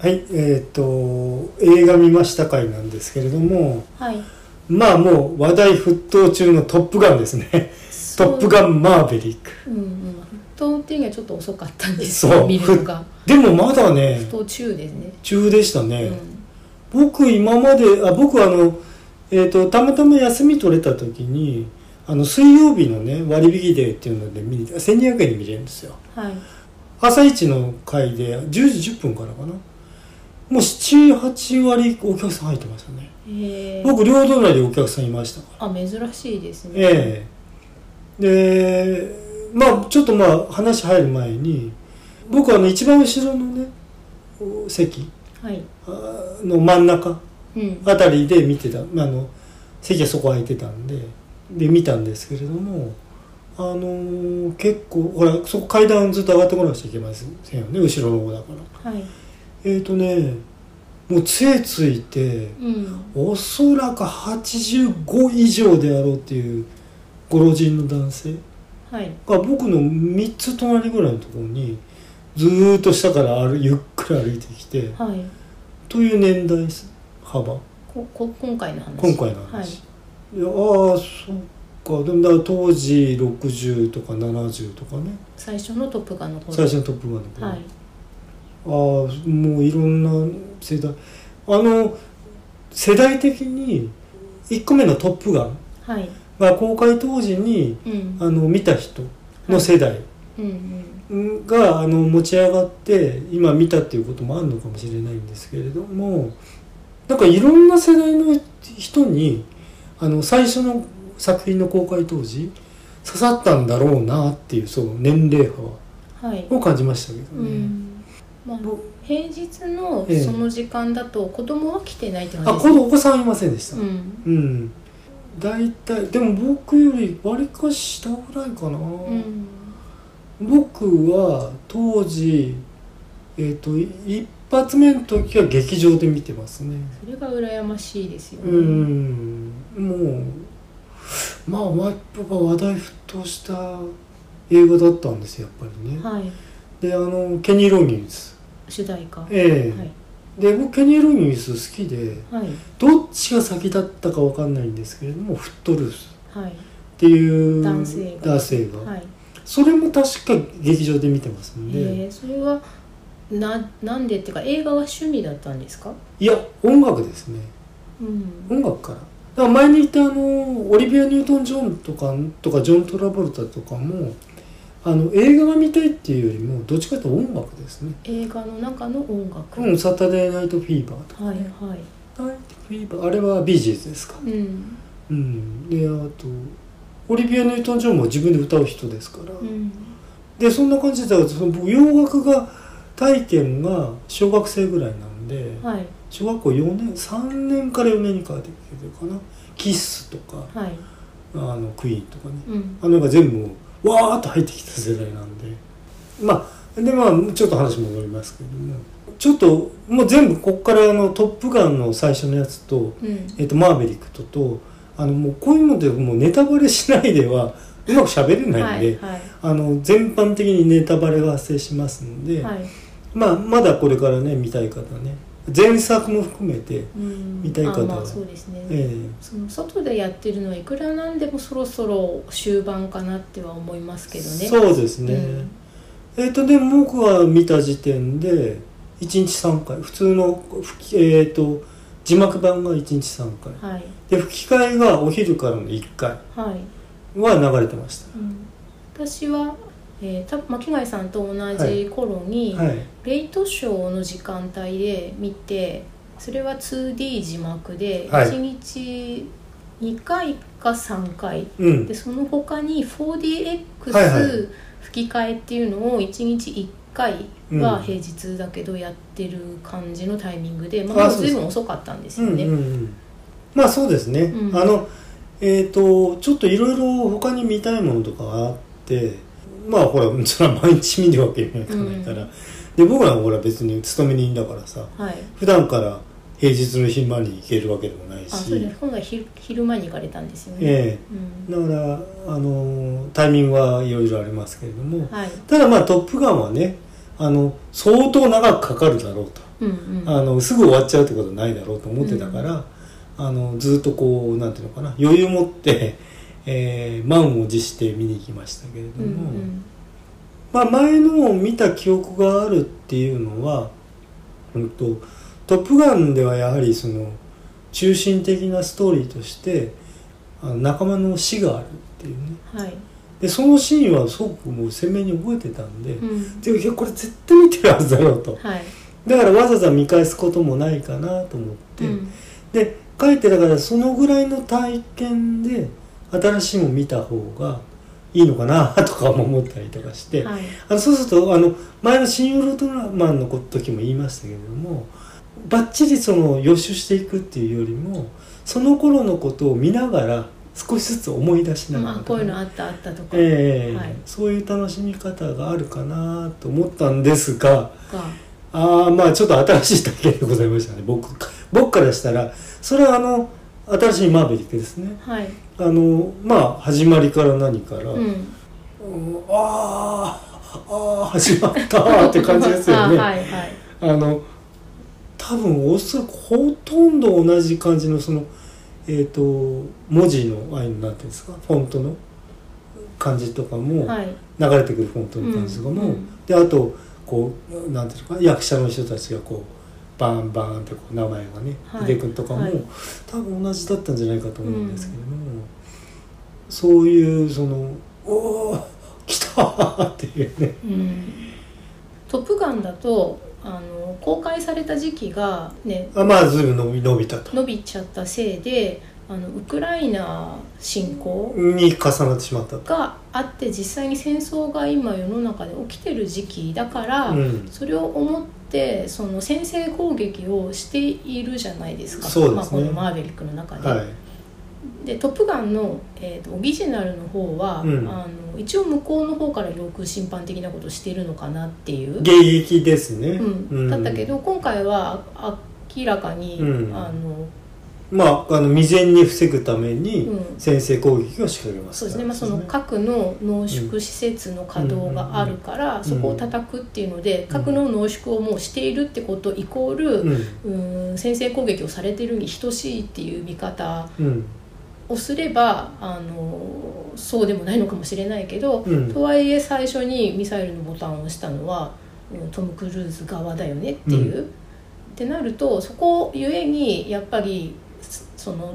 はい、えっ、と、映画見ました回なんですけれども、はいまあもう話題沸騰中のトップガンですね。トップガンマーベリック。うんうん沸騰っていうにはちょっと遅かったんですそうよ見るのがでもまだね、沸騰中ですね、中でしたね。うん僕今まであ僕あの、えー、とたまたま休み取れた時にあの水曜日のね割引デーっていうので見に1200円で見れるんですよはい朝一の回で10時10分からかなもう78割お客さん入ってましたねえー、僕両隣でお客さんいましたからあ珍しいですねええでまあちょっとまあ話入る前に僕あの一番後ろのね席はいあの真ん中うんあたりで見てた、まあ、あの席はそこ空いてたんでで見たんですけれどもあのー結構ほらそこ階段ずっと上がってこなくちゃいけませんよね後ろの方だからはいえっ、ー、とねもう杖ついてうんおそらく85以上であろうっていうご老人の男性はいが僕の3つ隣ぐらいのところにずーっと下から歩ゆっくり歩いてきてはいという年代幅ここ今回の話今回の話、いやああそっかでもだから当時60とか70とかね最初の「トップガン」の頃最初の「トップガン」の頃、はいああもういろんな世代あの世代的に1個目の「トップガンはい」が公開当時にうんあの見た人の世代うんうんがあの持ち上がって今見たっていうこともあるのかもしれないんですけれどもなんかいろんな世代の人にあの最初の作品の公開当時刺さったんだろうなっていうその年齢幅はいを感じましたけどうね。んまあぼ平日のええその時間だと子供は来てないってあ感じこですのお子さんいませんでした。ううんん大体でも僕よりわりか下ぐらいかな、うん僕は当時、えっと一発目の時は劇場で見てますね。それが羨ましいですよねうんもうまあワイプが話題沸騰した映画だったんですよやっぱりね、はいであのケニー・ロギンス主題歌はいええで僕ケニー・ロギンス好きではいどっちが先だったかわかんないんですけれどもフットルースはいっていう男性が男性がはいそれも確か劇場で見てますんで、ええそれはななんでっていうか映画が趣味だったんですかいや音楽ですねうん音楽からだから前に言ったあのオリビア・ニュートン・ジョンとかとかジョン・トラボルタとかもあの映画が見たいっていうよりもどっちかというと音楽ですね映画の中の音楽うん「サタデー・ナイト・フィーバー」とかはいね「はナイト・フィーバー」あれはビージーズですかいうんうんであとオリビア・ニュートン・ジョンも自分で歌う人ですから、うんでそんな感じでその僕洋楽が体験が小学生ぐらいなんで、はい小学校4年3年から4年にかけてかなキッスとかはいあのクイーンとかねうんあのが全部わーっと入ってきた世代なんでまあでまあちょっと話戻りますけどもちょっともう全部こっからあの「トップガン」の最初のやつとうん「えっとマーヴェリック」ととあのもうこういうのでもうネタバレしないではうまく喋れないんで、はいあの全般的にネタバレが発生しますんで、はいはいまあまだこれからね見たい方ね前作も含めて、うん見たい方はあまあそうですね、えその外でやってるのはいくらなんでもそろそろ終盤かなっては思いますえけどねうそうですね、うんえっ、とでも僕は見た時点で1日3回普通の吹きえっ、と字幕版が1日3回はいで吹き替えがお昼からの1回はい、は流れてましうん、私は、えー、た巻貝さんと同はいじ頃に、たはいレイトショーの時間帯で見てそれは 2D 字幕で、はい1日2回か3回うんでその他に 4DX はいはい吹き替えっていうのを1日1回は平日だけどやってる感じのタイミングで、まあ、あもうそうで随す分遅かったんですうよんね。うんうんまあそうですね、うんあのえっ、とちょっといろいろ他に見たいものとかがあってまあほら それは毎日見るわけにはいかないから、うんで僕らはほら別に勤め人だからさはい、普段から平日の暇に行けるわけでもないあそうしです今度は昼昼間に行かれたんですよね。えうんえだからあのータイミングはいろいろありますけれども、はいただまあ「トップガン」はねああの相当長くかかるだろうと、うんうんあのすぐ終わっちゃうってことはないだろうと思ってたから、あのずっとこうなんていうのかな余裕持って、えー満を持して見に行きましたけれどうんうも、んまあ、前のを見た記憶があるっていうのは「うん、とトップガン」ではやはりその中心的なストーリーとしてあの仲間の死があるっていうねはいでそのシーンはすごくもう鮮明に覚えてたんで、うんでいやこれ絶対見てるはずだろうとはいだからわざわざ見返すこともないかなと思って、うんで書いてだからそのぐらいの体験で新しいもの見た方がいいのかなとかも思ったりとかして、はいあのそうするとあの前の「新ウルトラマン」の時も言いましたけれどもばっちりその予習していくっていうよりもその頃のことを見ながら少しずつ思い出しながらまあとこかね、ういうのあったあったとかええはいそういう楽しみ方があるかなと思ったんですががああまあちょっと新しい体験でございましたね僕僕からしたらそれはあの新しいマーヴェリックですねはいあのまあ始まりから何から、うんうんあーあー始まったーって感じですよね ああ,、はいはいの多分おそらくほとんど同じ感じのそのえっ、と文字のああいうのなんていうんですかフォントの感じとかも、はい流れてくるフォントの感じとかも、うんうんであとこうなんていうのか役者の人たちがこうバンバンってこう名前がね、はい出てくるとかも、はい多分同じだったんじゃないかと思うんですけれども、そういうその「おお来た!」っていうね。うんトップガンだとあの公開された時期がねあまあずいぶん伸び伸びたと伸びちゃったせいであのウクライナ侵攻に重なってしまったと。があって実際に戦争が今世の中で起きてる時期だから、うんそれを思ってその先制攻撃をしているじゃないですかそうまであ、すこねのマーヴェリックの中で。はいで「トップガンの」えーとオリジナルの方は、うんあの一応向こうの方からよく審判的なことしてるのかなっていう。現役ですね、うん、だったけど今回はあ明らかに、うんあのまああの未然に防ぐためにうん先制攻撃を仕掛けますそうからですね、まあ、その核の濃縮施設の稼働があるから、んそこを叩くっていうので、核の濃縮をもうしているってことイコール、うんうん、先制攻撃をされてるに等しいっていう見方うんをすればあのそうでもないのかもしれないけど、うんとはいえ最初にミサイルのボタンを押したのは、うんトム・クルーズ側だよねっていう。ってなるとそこゆえにやっぱりそその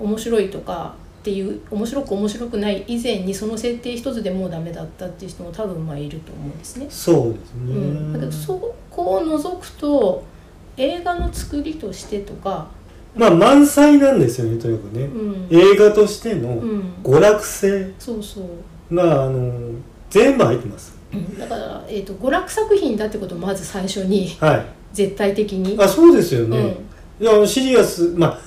面白いとかっていう面白く面白くない以前にその設定一つでもうダメだったっていう人も多分まあいると思うんですね。そうですうね、ん、だけどそこを除くと映画の作りとしてとか、まあ満載なんですよねとにかくね、うん映画としてうのん、娯楽性そうそうが、あの全部入ってますうんだから、えー、と娯楽作品だってことをまず最初に はい絶対的に、あそうですようんね、いやあのシリアスまあ、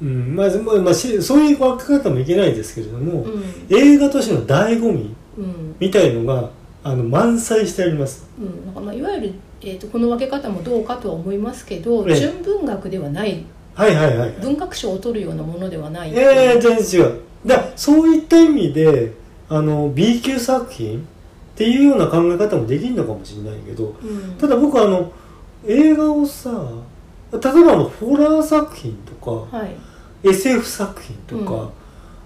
うんまあまあまあ、シリそういう分け方もいけないですけれども、うん映画としての醍醐味うんみたいのがあの満載してありますうんなんかまあ、いわゆる、えー、とこの分け方もどうかとは思いますけど、ええ純文学ではないはいはいはい文学賞を取るようなものではない、ええ全然違うだそういった意味であの B 級作品っていうような考え方もできるのかもしれないけど、うんただ僕あの映画をさ例えばあのホラー作品とかはい SF 作品とか、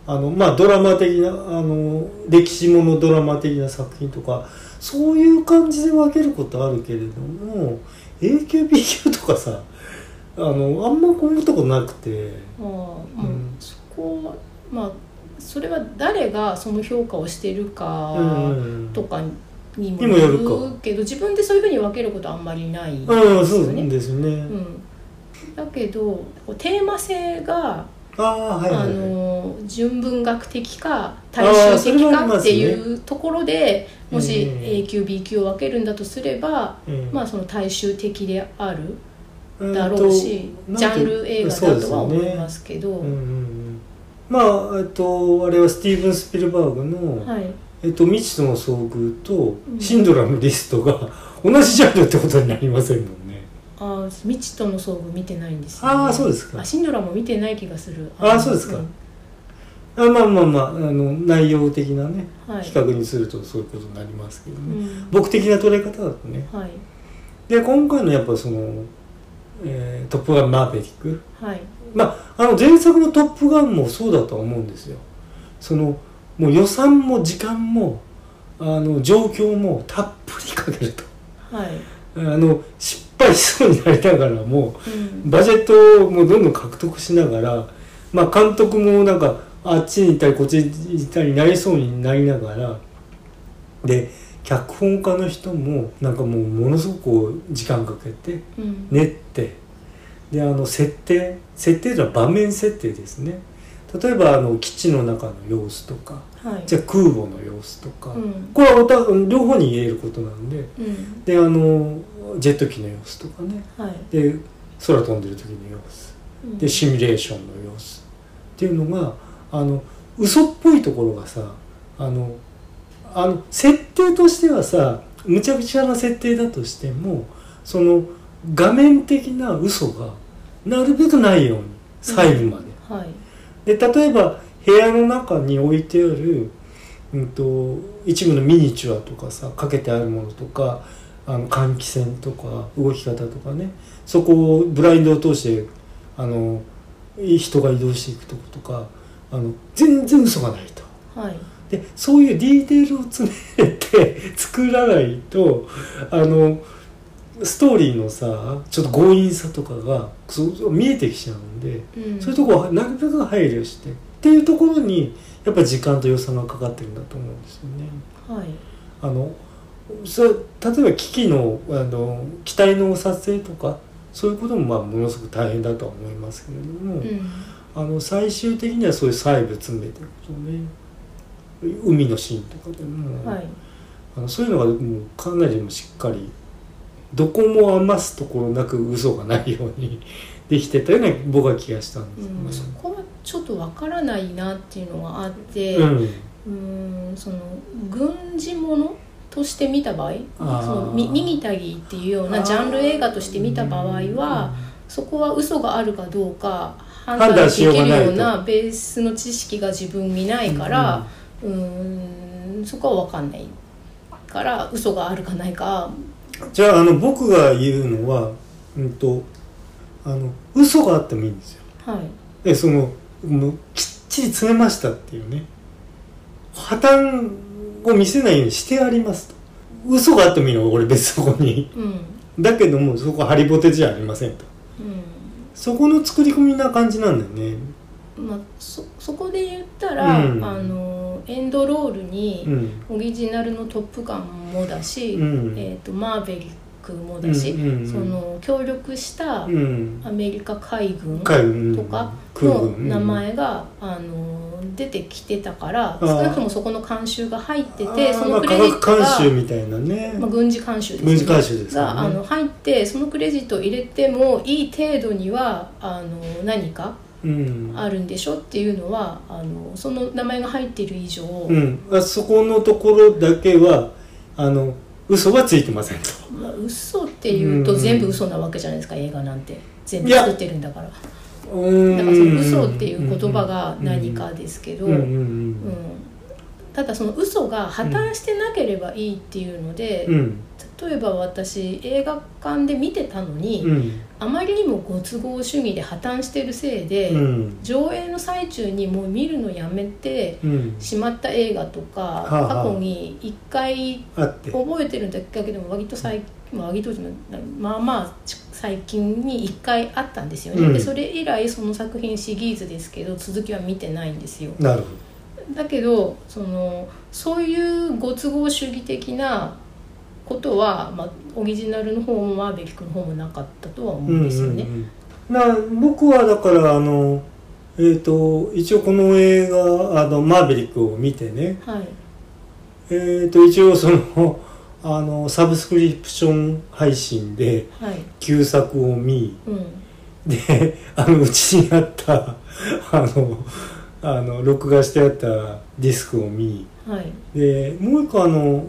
あのまあ、ドラマ的なあの歴史ものドラマ的な作品とかそういう感じで分けることあるけれども A 級 B 級とかさあのあんまこういうとこなくてあーもううんそこはまあそれは誰がその評価をしてるうかんとかにもにもよるかよるけど自分でそういうふうに分けることはあんまりないですうよんそうね。ですよね、うんだけどテーマ性がああはいはあい、はいの純文学的か大衆あーそれ的はありかまっすねていうところでもしうん A 級 B 級を分けるんだとすれば、うんまあ、その大衆的であるうんだろうし、とジャンル映画だとはそうですよ思ねいますけどうんうんうんまあ、えっと、あれはスティーブン・スピルバーグの「はい、えっと、未知との遭遇」と「うんシンドラのリスト」が 同じジャンルってことになりませんもんね。あー未知との遭遇見てないんですあーそうですかあシンドラも見てない気がするあーそうですかんあまあまあまああの内容的なね、はい比較にするとそういうことになりますけどうね、ん僕的な捉え方だとねはいで今回のやっぱその「えートップガンマーヴェリック」はいまあ、あの前作の「トップガン」もそうだとは思うんですよ。そのもう予算も時間もあの状況もたっぷりかけるとはい、あの失敗しそうになりながらもうん、バジェットをもうどんどん獲得しながら、まあ、監督もなんかあっちに行ったりこっちに行ったりなりそうになりながらで脚本家の人もなんかもうものすごくこう時間かけてうん練ってであの設定設定というのは場面設定ですね例えばあの基地の中の様子とかはいじゃあ空母の様子とか、うんこれはおた両方に言えることなんでうんであのジェット機の様子とかねはいで空飛んでる時の様子うんでシミュレーションの様子っていうのがあの嘘っぽいところがさあのあの設定としてはさむちゃくちゃな設定だとしてもその画面的な嘘がなるべくないように細部まで。はいで例えば部屋の中に置いてある、うん、と一部のミニチュアとかさかけてあるものとかあの換気扇とか動き方とかねそこをブラインドを通してあの人が移動していくとことかあの全然嘘がないと。はいでそういうディテールを詰めて 作らないとあのストーリーのさちょっと強引さとかがそう見えてきちゃうんで。うんそういうとこはなるべく配慮してっていうところにやっぱり時間と予算がかかってるんだと思うんですよね。はいあのそれ例えば機器のあの機体の撮影とかそういうこともまあものすごく大変だとは思いますけれども、うんあの最終的にはそういう細部詰めてるとね海のシーンとかでも、はいあのそういうのがもうかなりもしっかりどこも余すところなく嘘がないようにできてたような僕は気がしたんですよね。うん、そこはちょっとわからないなっていうのがあって、うんうんその軍事ものとして見た場合そあーのミミニタギっていうようなジャンル映画として見た場合は、そこは嘘があるかどうか判断断できしようるがないとようなベースの知識が自分にないから、うん、そこは分かんないから嘘があるかないかうんじゃああの僕が言うのは、うん、とあの嘘があってもいいんですよはいでそのもうきっちり詰めましたっていうね破綻を見せないようにしてありますと嘘があってもいいの俺別にそこにうんだけどもそこはハリボテじゃありませんとそこの作り込みな感じなんだよねうんまあそそこで言ったら、うんあのエンドロールに、うんオリジナルの「トップガン」もだし、うんえー、とマーヴェリックもだし、うんうんうんその協力したうんアメリカ海軍海軍とか空の軍うん名前が、あのー出てきてたからあー少なくともそこの監修が入ってあーてそまあのク科レジ学ットが、監修みたいなね、まあ、軍事監修ですね軍事監修ですからねがあの入ってそのクレジットを入れてもいい程度にはあのー何かうんあるんでしょっていうのはあのーその名前が入っている以上、うん、あそこのところだけはあの嘘はついてませんとまあ、嘘っていうとうん全部嘘なわけじゃないですか、映画なんて全部いや作ってるんだからだかうんらその嘘っていう言葉が何かですけど、うんうんうんただその嘘が破綻してなければいいっていうので、うんうん例えば私映画館で見てたのに、うんあまりにもご都合主義で破綻してるせいで、うん上映の最中にもう見るのやめてうんしまった映画とか、あはあ過去に一回あって覚えてるんだけども割と最近、まあ、割とじゃないまあまあち最近に1回あったんですよね、うんでそれ以来その作品シリーズですけど続きは見てないんですよなるほだけどそのそういうご都合主義的なことは、まあ、オリジナルの方もマーベリックの方もなかったとは思ど、うんですよね、うんうんうん、な僕はだからあのえっ、と一応この映画あのマーヴェリックを見てねはいえっ、と一応そのあのサブスクリプション配信ではい旧作を見うんであのうちにあったあのあの録画してあったディスクを見はいでもう一個あの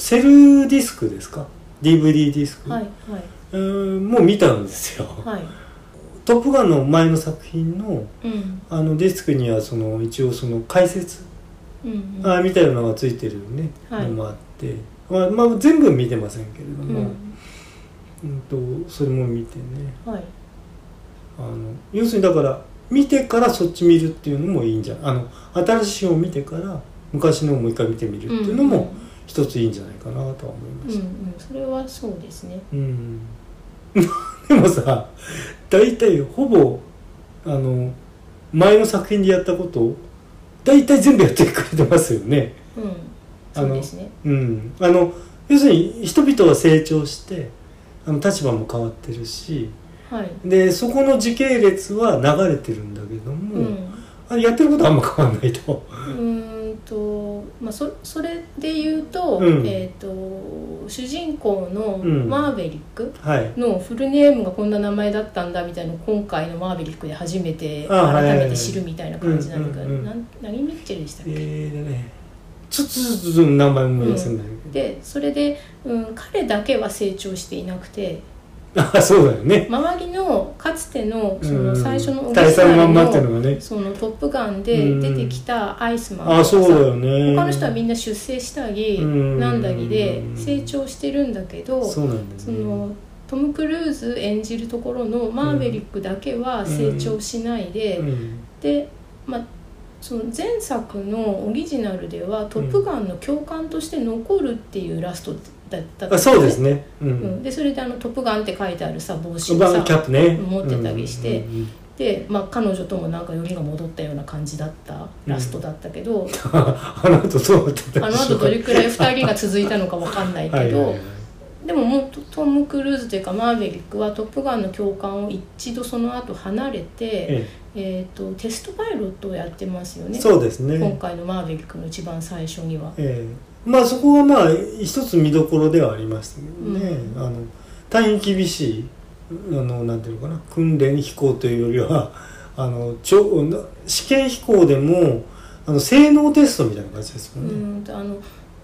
セルディスクですか DVD ディスク、はいはいうーんもう見たんですよはいトップガン」の前の作品のうんあのディスクにはその一応その解説うんあみたいなのがついてるね、はいのもあって、まあまあ、全部見てませんけれどうんうも、うんんとそれも見てねはいあの要するにだから見てからそっち見るっていうのもいいんじゃあの新しいのを見てから昔のをもう一回見てみるっていうのも一ついいんじゃないかなとは思いうんまうん、うした、んうん、それはそうですねうん、 でもさ大体ほぼあの前の作品でやったことを大体全部やってくれてますよね。うんあそのうですねうん、あの要するに人々は成長してあの立場も変わってるしはいでそこの時系列は流れてるんだけども、うんあれやってることはあんま変わんないと。うーんと、まあ、そそれで言うと,、うんえー、と主人公のうんマーベリックはい、のフルネームがこんな名前だったんだみたいなのを今回のマーベリックで初めてあはいはい改はいめて知るみたいな感じなんだけうんうどんうんなん何ミッチェルでしたっえけ、ーでねちょっとずつ名前も出せないけど、でそれで、うん、彼だけは成長していなくてあそうだよね。周りのかつてのそうんの最初のオリ大ジ佐のナまルんまっていうののがね。そのトップガンで出てきたアイスマンとあかさそうだよね。他の人はみんな出世したりうんなんだりで成長してるんだけどそそうなんです、ね、のトム・クルーズ演じるところのマーヴェリックだけは成長しないでうんで、まあ、その前作のオリジナルでは「トップガン」の共感として残るっていうラストだったんあそうですね。ううんん。でそれであの「トップガン」って書いてあるさ帽子うをバンさキャップね持ってたりしてうんうんうんうんで、まあ、彼女ともなんかよりが戻ったような感じだったラストだったけど、あの後どうなってたあでのしょ後うかどれくらい2人が続いたのかわかんないけどはいはいはいでももうトトム・クルーズというかマーヴェリックは「トップガン」の教官を一度その後離れて、ええー、とテストパイロットをやってますよえねそうです今ね、回のマーヴェリックの一番最初には。ええ、まあそこはまあ一つ見どころではありましたけどね、うんあの大変厳しいあのなんていうのかな訓練飛行というよりは あのちょ試験飛行でもあの性能テストみたいな感じですうもんね、んとあの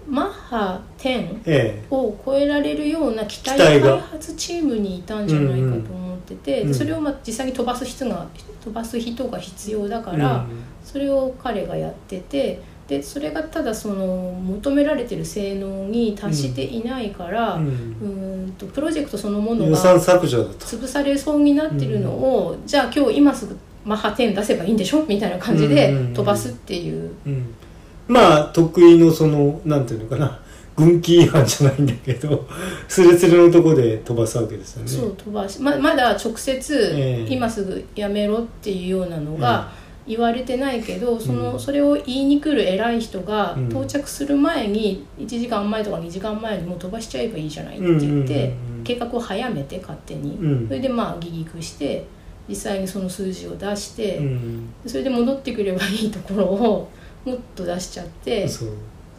マッハ10えを超えられるような機機体体が開発チームにいたんじゃないかと思ってて、うんうんでそれをまあ実際に飛ばす人が飛ばす人が必要だえから。うんそれを彼がやっててでそれがただその求められてる性能に達していないから、ううんーんとプロジェクトそのもの予が算削除だと潰されそうになってるのを、じゃあ今日今すぐマッハ10出せばいいんでしょみたいな感じでうんうんうん飛ばすっていう、うん、まあ得意のそのなんていうのかな軍規違反じゃないんだけどスレスレのとこで飛ばすわけですよね。そう飛ばしままだ直え接え今すぐやめろっていうようなのが言われてないけど、そのそれを言いに来る偉い人がうん到着する前に1時間前とか2時間前にもう飛ばしちゃえばいいじゃないってうんうんうんう言んって。計画を早めて勝手に、うんそれでまあギギクして実際にその数字を出して、うんそれで戻ってくればいいところをもっと出しちゃってそそ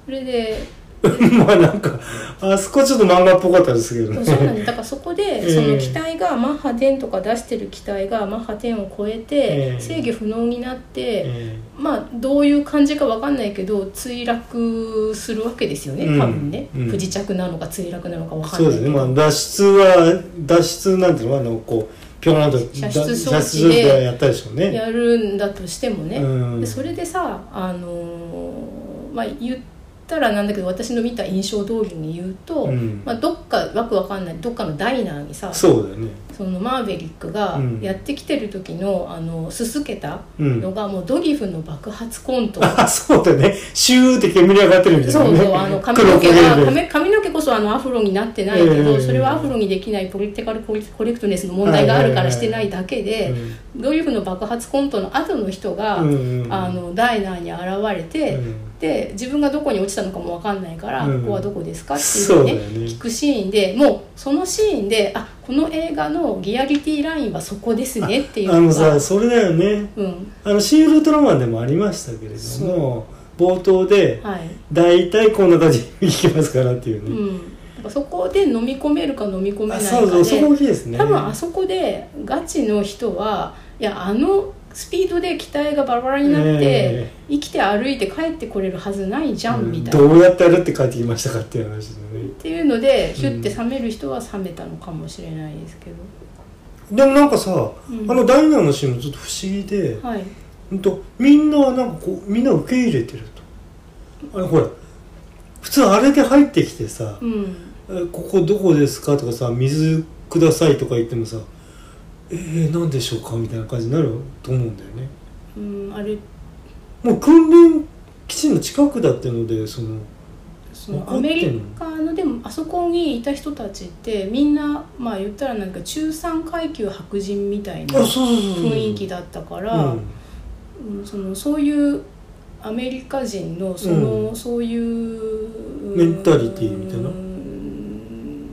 うれで まあなんかあそこちょっと漫画っぽかったですけどそうなんね。ですだからそこえで えその機体がマッハ10とか制御出してる機体がマッハ10を超えええて制御不能になって、えまあどういう感じかわかんないけど墜落するわけですよねうん多分ね、うん不時着なのか墜落なのかわえかんそうなでいけすどね、まあ、脱出は脱出なんていうのはあのこうピョーンと射出装置でだ出装置でやったでしょうね。やるんだとしてもね、うんでそれでさあのーまあ言ったらなんだけど私の見た印象通りに言うと、うんまあ、どっかわくわかんないどっかのダイナーにさそそうだよね。のマーヴェリックがうんやってきてる時のあのすすけたうのん、がもうドリフの爆発コント。あそうだよねシューって煙上がってるみたいなそね。うそうあの髪の毛黒焦げがで髪髪の毛こそあのアフロになってないけええどそれはアフロにできないポリティカルコレクトネスの問題があるからしてないだけでドリフの爆発コントの後の人がうんうんうんあのダイナーに現れて、うんで自分がどこに落ちたのかもわかんないから、うんここはどこですかっていうそのをうだねよね聞くシーンでもうそのシーンであこの映画のリアリティラインはそこですねっていうあののがさそれだよねうんあの「シン・ウルトラマン」でもありましたけれども冒頭ではい大体こんな感じに行きますからっていううね、ん、やっぱそこで飲み込めるか飲み込めなあいかそでうそうそこ大きいですね多分あそこでガチの人はいやあのスピードで機体がバラバラになって、え生きて歩いて帰ってこれるはずないじゃん、うんみたいな。どうやってやるって帰ってきましたかっていう話でねっていうのでんヒュッて冷める人は冷めたのかもしれないですけど、あでもなんかさ、うんあのダイナのシーンもちょっと不思議で、はいほんとみんなはなんかこうみんな受け入れてるとあれほら普通あれで入ってきてさうん「えここどこですか?」とかさ「水ください」とか言ってもさ「えー、何でしょうか?」みたいな感じになると思うんだよねうんあれもう訓練基地の近くだってのでそのその怒アってんのメリカのでもあそこにいた人たちってみんなまあ言ったらなんか中産階級白人みたいなあそうそうそうそう雰囲気だったかうら、んうんそのそういうアメリカ人のその、うんそういうメンタリティみたいなうん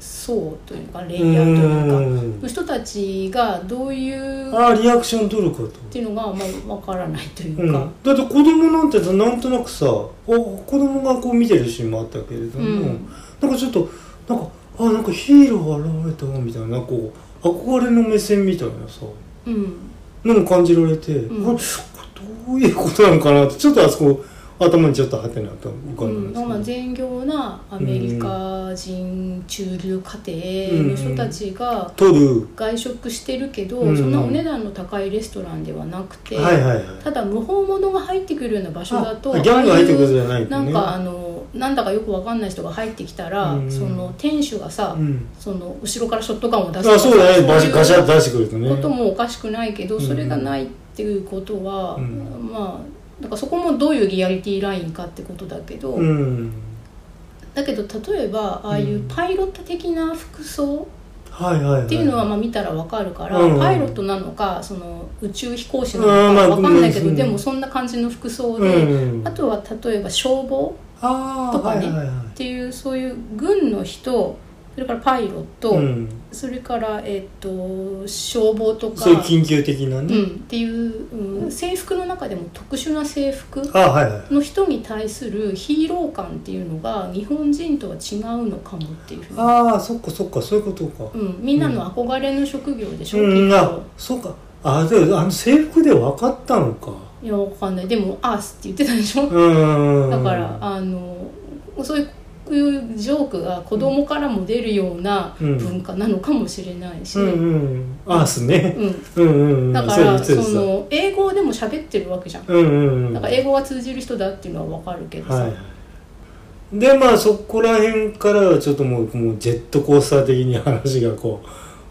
そうというかレイヤーというかの人たちがどういううんああリアクション取るかと、っていうのがまあわからないといううんか、だって子供なんてさなんとなくさお子供がこう見てるシーンもあったけれども、うんなんかちょっとなんかあなんかヒーロー現れたわみたいなこう憧れの目線みたいなさうんのも感じられて、うんあこれどういうことなのかなってちょっとあそこ頭にちょっとはてなと浮かうんん、だまあんです善良なアメリカ人中流家庭の人たちがけど、取外食してるけど、うんそんなお値段の高いレストランではなくて、るはいはいはいただ無法者が入ってくるような場所だとあギャングが入ってくるあじゃなあいいうとなんねかあのなんだかよくわかんない人が入ってきたら、うんその店主がさ、うん、その後ろからショットガンを出すとあかそうだねバシいうガシャッと出してくるとねこともおかしくないけど、うんそれがないっていうことは、うんまあだからそこもどういうリアリティラインかってことだけど、うんだけど例えばああいうパイロット的な服装はいはい、はい、っていうのはまあ見たらわかるから、うんパイロットなのかその宇宙飛行士なのかわかんないけど、うんまあでもそんな感じの服装うで、ん、あとは例えば消防あーとかねはいはいはいっていうそういう軍の人それからパイロット、うん、それから、えっと消防とかそういう緊急的なね、うん、っていう、うん制服の中でも特殊な制服あはいはいの人に対するヒーロー感っていうのが日本人とは違うのかもっていうふうに、ああそっかそっかそういうことかうん、みんなの憧れの職業でしょ、うん、きっあとそうかあでもあの制服で分かったのかいやわかんないでも「アース」って言ってたでしょ、うんだからあのそういうジョークが子供からも出るようなうん文化なのかもしれないし、うんうんアースねううんんうんうんだからそうですそそうですの英語でも喋ってるわけじゃん、うんうんうんだから英語が通じる人だっていうのはわかるけどさ、はいでまあそこら辺からはちょっともうもうジェットコースター的に話がこ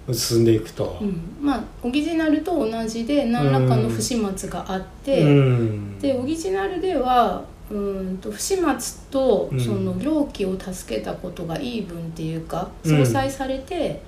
う進んでいくとう、ん、まあオリジナルと同じで何らかの不始末があって、うんでオリジナルではうーんと不始末とうんその猟奇を助けたことがいい分っていうかうん相殺されて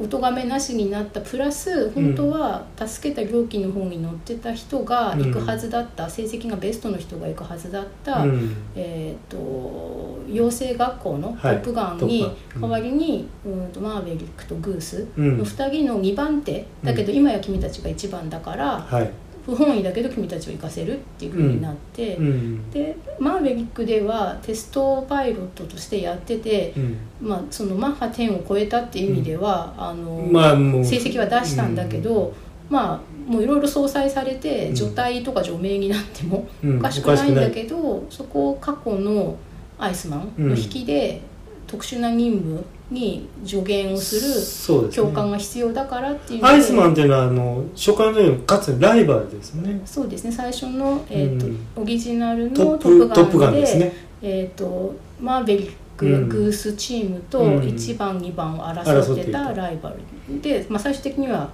お咎めなしになったプラス本当は助けた猟奇の方に乗ってた人が行くはずだった、成績がベストの人が行くはずだった、うんえー、と養成学校のトはいップガントにップガンうん代わりに、うん、とマーヴェリックとグースうんの2人の2番手だけど今や君たちが1番だからはい不本意だけど君たちを行かせるっていうふうになって、うんでマーヴェリックではテストパイロットとしてやっててう、んまあ、そのマッハ10を超えたっていう意味では、あのまあもう成績は出したんだけど、まあもういろいろ相殺されて除隊とか除名になっても。うんおかしくないんだけど、そこを過去のアイスマンの引きで、特殊な任務に助言をすそうるですね教官が必要だからっていうのでアイスマンっていうのはあの初回のようにかつてライバルですねそうですね最初の、えーとうんオリジナルトッのプトトッッププガガンンでですねえー、とマーヴェリック、うんグースチームとうん1番、2番を争争っっていてたたライバルで、まあ、最終的には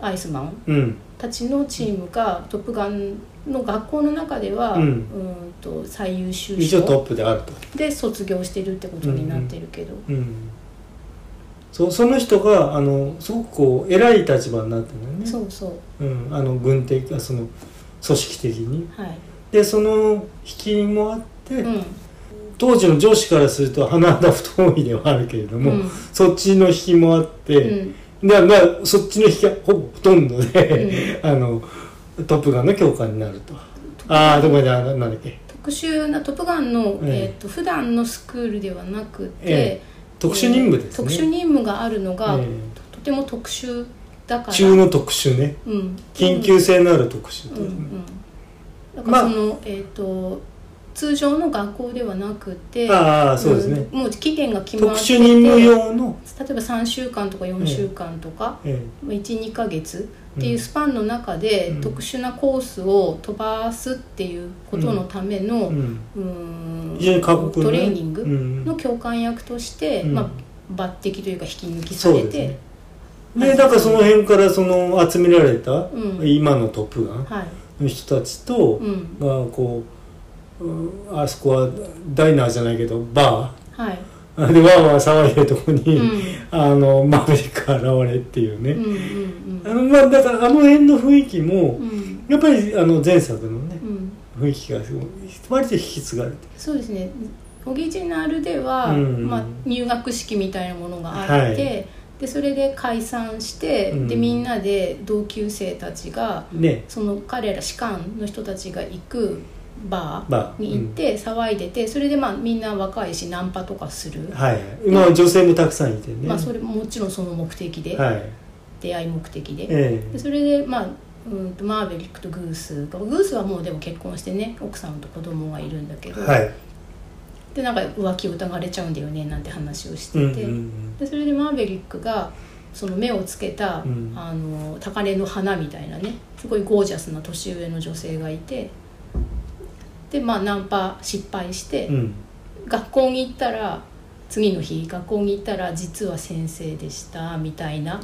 アイスマンうんたちのチームが「トップガン」の学校の中では、ううんん、と最優秀一賞応トップであると、で卒業してるってことになってるけど、うん、そその人があのすごくこう偉い立場になってるんだよねそうそうう、ん、あの軍的あその組織的にはい、でその引きもあって、うん当時の上司からすると鼻だ不遠いではあるけれども、うんそっちの引きもあっうて、んななそっちの引きがほぼほとんどで、あのトップガンの教官になるとああどこまであななんだっけ特殊な「トップガンの」えええー、と普段のスクールではなくて、ええ特殊任務ですね、特殊任務があるのが、えととても特殊だから中の特殊ねうん緊急性のある特殊っうんてうやつねん、うんだからまあその、えっ、と通常の学校ではなくてああそうですね、うんもう期限が決まっ特て殊て任務用の、例えば3週間とか4週間とか、え12ヶ月えっていうスパンの中でうん特殊なコースを飛ばすっていうことのための、うんうんうん非常に過酷なトレーニンうグんの教官役として、うんまあ、抜擢というか引き抜きさそうれですてねでだからその辺からその集められた、うん今のトップガンはい、の人たちと、うんがこう、うんあそこはダイナーじゃないけどバはい、ーでわーわー騒いでるとこうに、ん、あのマーヴェリックが現れっていううんね、うんあのまあだからあの辺の雰囲気うも、んやっぱりあの前作のねうん雰囲気がすごい割と引き継がれてそうですねオリジナルでは、うんまあ、入学式みたいなものがあって、はでそれで解散して、うんでみんなで同級生たちがねその彼ら士官の人たちが行くババーーに行って騒いでてそれでまあみんな若いしナンパとかする、はいまあ女性もたくさんいてね、まあそれもちろんその目的で、はい出会い目的で。えでえそれでまあうんとマーヴェリックとグースがグースはもうでも結婚してね奥さんと子供がいるんだけど、はいでなんか浮気を疑われちゃうんだよねなんて話をしてうんうんて、うんでそれでマーヴェリックがその目をつけた、うんあの高嶺の花みたいなねすごいゴージャスな年上の女性がいてでまあナンパ失敗して、うん学校に行ったら次の日学校に行ったら実は先生でしたみたいな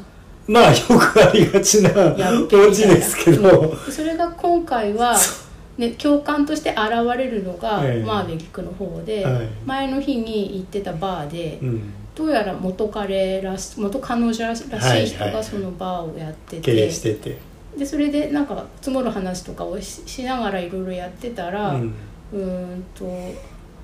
まあよくありがちなやっべオチですけど、それが今回は、ね、教官として現れるのが、ええマーヴェリックの方で、はい前の日に行ってたバーで、うん、どうやら元彼らし元彼女らしはいい人はいはがいそのバーをやってて,、経営してて、でそれでなんか積もる話とかをししながらいろいろやってたら、う、うんーんと、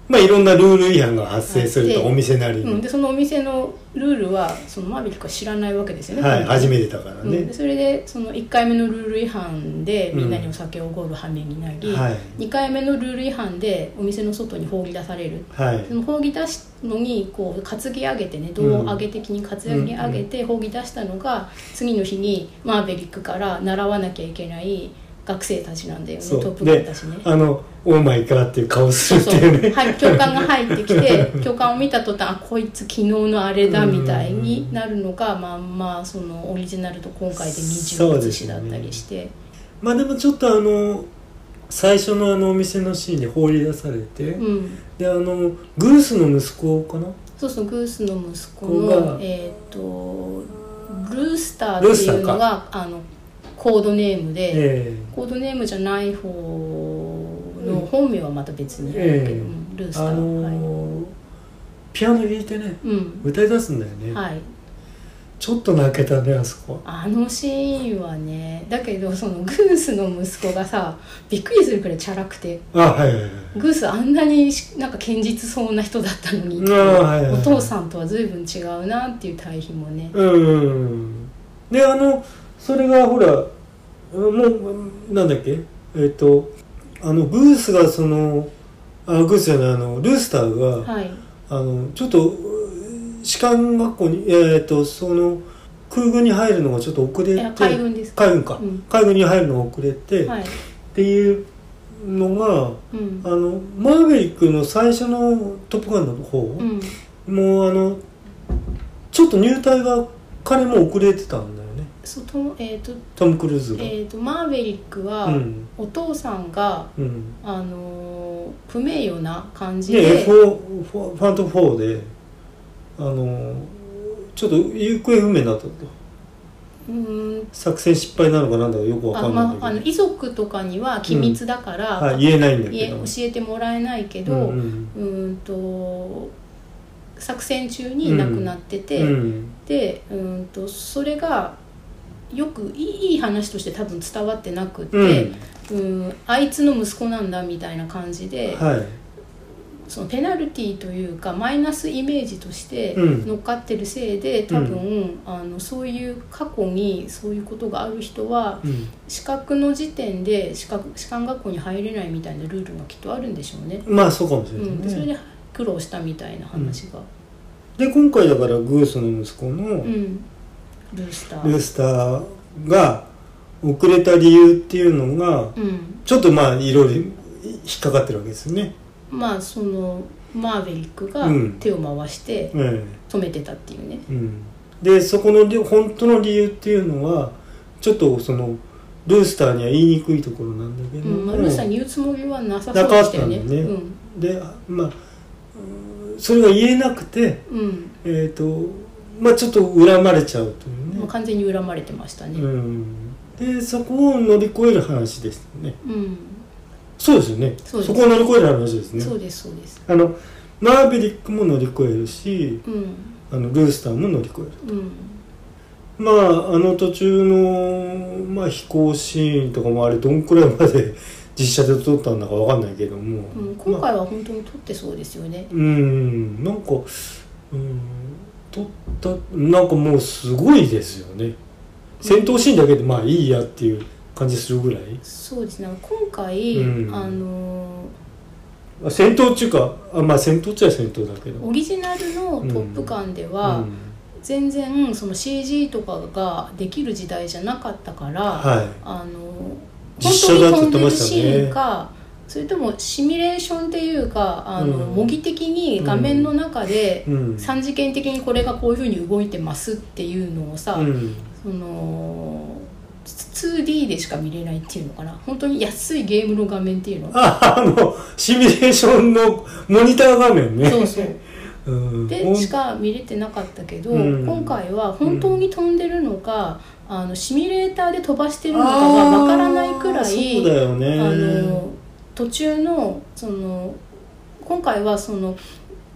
まあいろんなルール違反が発生するとはいお店なりうん、に、でそのお店のルールはそのマーヴェリックは知らないわけですよね。はい、本当に初めてだからうんねで、それでその1回目のルール違反でうんみんなにお酒をおごる羽目になり、はい2回目のルール違反でお店の外に放り出されるはいその放り出すのにこう担ぎ上げてね胴を上げ的に担ぎ上げて放り出したのが次の日にマーヴェリックから習わなきゃいけない学生たちなんだよねそうトップガンたちね。あの「オーマイガー」っていう顔すそうるってそういうねはい、教官が入ってき て教官を見た途端あこいつ昨日のあれだみたいになるのがまあまあそのオリジナルと今回でそう20で写すしねだったりして、まあでもちょっとあの最初のあのお店のシーンに放り出されて、うん、であのグースの息子かなそうそうグースの息こ子こがのえー、とルースターっていうのルースタがあのコードネームで、えコードネームじゃない方の本名はまた別にあるけど、ええうんルえースター、あのはい、ーピアノ弾いてねうん歌い出すんだよね、はい、ちょっと泣けたねあそこあのシーンはねだけどそのグースの息子がさびっくりするくらいチャラくてあはいはいはいグースあんなにしなんか堅実そうな人だったのに、うんはいはいお父さんとは随分違うなっていう対比もね、うんであのそれがほらもうなんだっけえっ、とあのグースがそのあグースじゃないあのルースターが、はいあのちょっとうー士官学校にえっ、とその空軍に入るのがちょっと遅れいてや海軍です海軍か、うん海軍に入るのが遅れて、はい、っていうのがうんあのマーヴェリックの最初の「トップガン」の方、うん、もうあのちょっと入隊が彼も遅れてたんだよねそとえっ、と,、トム・クルーズが、えー、とマーヴェリックは、うんお父さんが、うんあのー不名誉な感じで、で F4 ファファント4であのちょっと行方不明になったとうーん作戦失敗なのかなんだかよくわあかんないまんあ、あだのけど遺族とかには機密だから、はい言えないんだいけえど教えてもらえないけど、ううんんーんと作戦中に亡くなってうて、んうんでうーんとそれがよくいいいい話として多分伝わってなくて、うんうーんあいつの息子なんだみたいな感じで、はいそのペナルティというかマイナスイメージとしてうん乗っかってるせいで、多分、あのそういう過去にそういうことがある人はうん資格の時点で資格士官学校に入れないみたいなルールがきっとあるんでしょうね。まあそうかもしれなうい、ん、でそれねで苦労したみたいな話が、で今回だからグースの息子のうんルースタールースターが遅れた理由っていうのが、うんちょっとまあいろいろ引っかかってるわけですよね。まあそのマーヴェリックがうん手を回してえ止めてたっていうね、えうん、でそこのりょ本当の理由っていうのはちょっとそのルースターには言いにくいところなんだけうども、んまあ、ルーさんに言うつもりはなさそうでしたよねなかったんだよねうんでまあうんそれが言えなくて、うんえーとまあ、ちょっと恨まれちゃうというもうね、完全に恨まれてましたねうん、でそこを乗り越える話ですよねうん、そうですよねそそうですこを乗り越える話ですねそうですそうですあのマーヴェリックも乗り越えるしうんあのルースターも乗り越えるうんまああの途中の、まあ、飛行シーンとかもあれどんくらいまで実写で撮ったんだかわかんないけども、うん、今まあ回は本当に撮ってそうですよね、うんなんかうん撮ったなんかもうすごいですよね戦闘シーンだけでまあいいやっていう感じするぐらいそうですね今回、うんあのあ戦闘中かあまあ戦闘中は戦闘だけどオリジナルの「トップガン」では、うん全然その CG とかができる時代じゃなかったから、はいあの実写本当にだって言っ飛んてでまるしたシねーンか、それともシミュレーションっていうかあの、うん模擬的に画面の中で、うん三次元的にこれがこういうふうに動いてますっていうのをさ、うんその 2D でしか見れないっていうのかな本当に安いゲームの画面っていうのああのシミュレーションのモニター画面ねそうそううんでしか見れてなかったけど、うん今回は本当に飛んでるのか、あのシミュレーターで飛ばしてるのかがわからないくらあーいそうだよねあの途中のその今回はその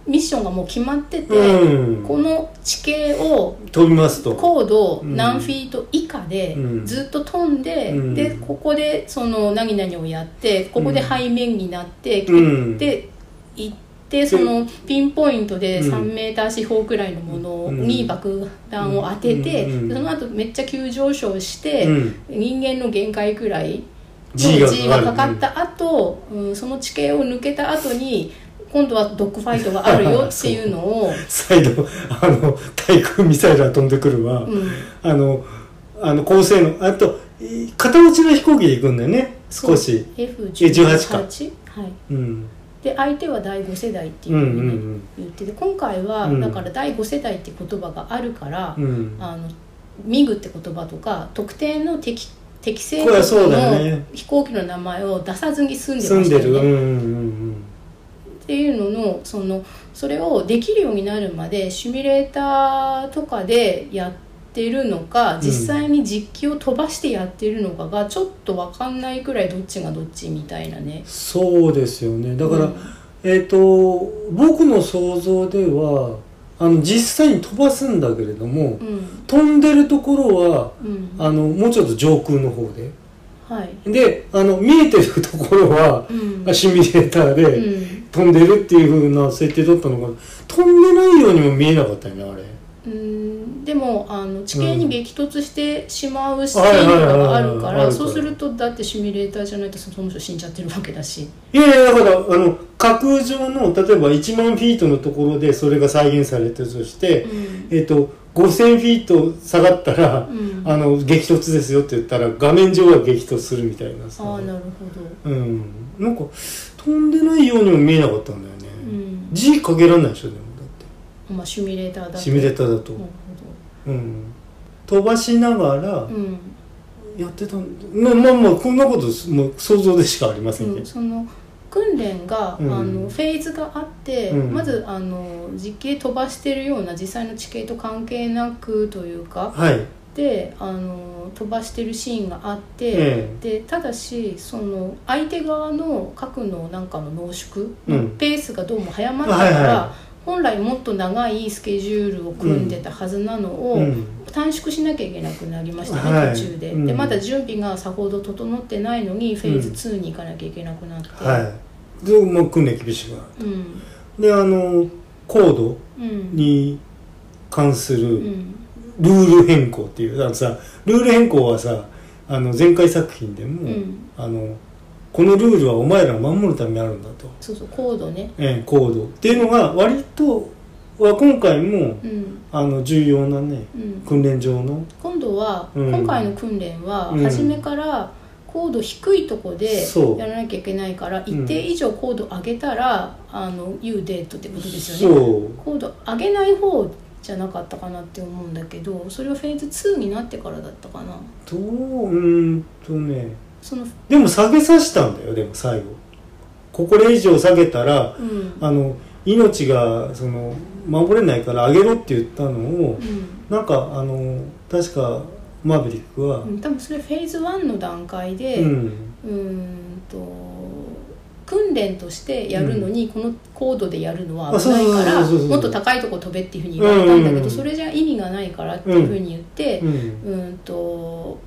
ミッションがもう決まってて、うん、この地形を飛びますと高度うん何フィート以下でうんずっと飛んで、うんでここでその何々をやってここでうん背面になって、うんで行ってそのピンポイントでうん3メーター四方くらいのものうにん爆弾を当てて、うんでその後めっちゃ急上昇して、うん、人間の限界くらい G のが G がかかった後、うん、その地形を抜けた後に今度はドッグファイトがある よっていうのを、再度あの対空ミサイルが飛んでくるわ、うん、あのあの高性能あとい片落ちの飛行機で行くんだよねそう少し F18 かはい、うんで相手は第5世代っていううんふううにね、ん言ってて今回は、うんだから第5世代って言葉があるから、うんうんあのミグって言葉とか特定の敵適正これはそうだよのね飛行機の名前を出さずに済んで住まんしたよでねるうんうんっていうののそのそれをできるようになるまでシミュレーターとかでやってるのかん実際に実機を飛ばしてやってるのかがちょっと分かんないくらいどっちがどっちみたいなねそうですよねだから、うんえっ、と僕の想像ではあの実際に飛ばすんだけれどもうん飛んでるところはうんあのもうちょっと上空の方ではいであの見えてるところはうんシミュレーターうでん飛んでるっていう風な設定だったのが飛んでないようにも見えなかったよねあれうんでもあの地形に激突してしまうシーはいはいはいンはいがあるかあるかららそうするとだってシミュレーターじゃないとその人死んじゃってるわけだしいやいやだからあの架空上の例えば1万フィートのところでそれが再現されてるとして、うんえっと5000フィート下がったら、うんああの激突ですよって言ったら画面上は激突するみたいなさあなるほうどんなんか飛んでないようにも見えなかったんだよね、うん G かけられないでしょでもだっまあシミュレーターだてとシミュレーターだと、なるうん、飛ばしながらほどうんやってたんまあまあまあこんなことすもう想像でしかありませんけうんど、その訓練が、うんあのフェーズがあって、うんまずあの実形飛ばしてるような実際の地形と関係なくというかはいであの飛ばしてるシーンがあって、えでただしその相手側の核のなんかの濃縮、うんペースがどうも早まったから、はいは本来もっと長いスケジュールを組んでたはずなのを、うん短縮しなきゃいけなくなりましたね、はい途中で,、うんでまだ準備がさほど整ってないのにフェーズ2に行かなきゃいけなくなって、はいでもう訓練厳しくなるうんであの高度うんに関すうるんルール変更っていうあのさルール変更はさあの前回作品でも、うんあのこのルールはお前らを守るためにあるんだと、そうそう高度ねええ、高度っていうのが割とは今回もうんあの重要なねうん訓練場の今度は、うん今回の訓練はうん初めから、高度低いとこでそうやらなきゃいけないからん一定以上高度上げたら、あの U デートってことですよねそう高度上げない方じゃなかったかなって思うんだけどそれはフェーズ2になってからだったかなどううーんとねそのでも下げさせたんだよでも最後ここれ以上下げたらうんあの命がその守れないから上げろって言ったのをうんなんかあの確かマーヴェリックはうん多分それフェーズ1の段階で、うんうーんと訓練としてやるのに、この高度でやるのは危ないかあらそうそうそうそうそうもっと高いとこ飛べっていうふうに言われたんだけど、うんうんうんそれじゃ意味がないからっていうふうに言って、うんうーん、と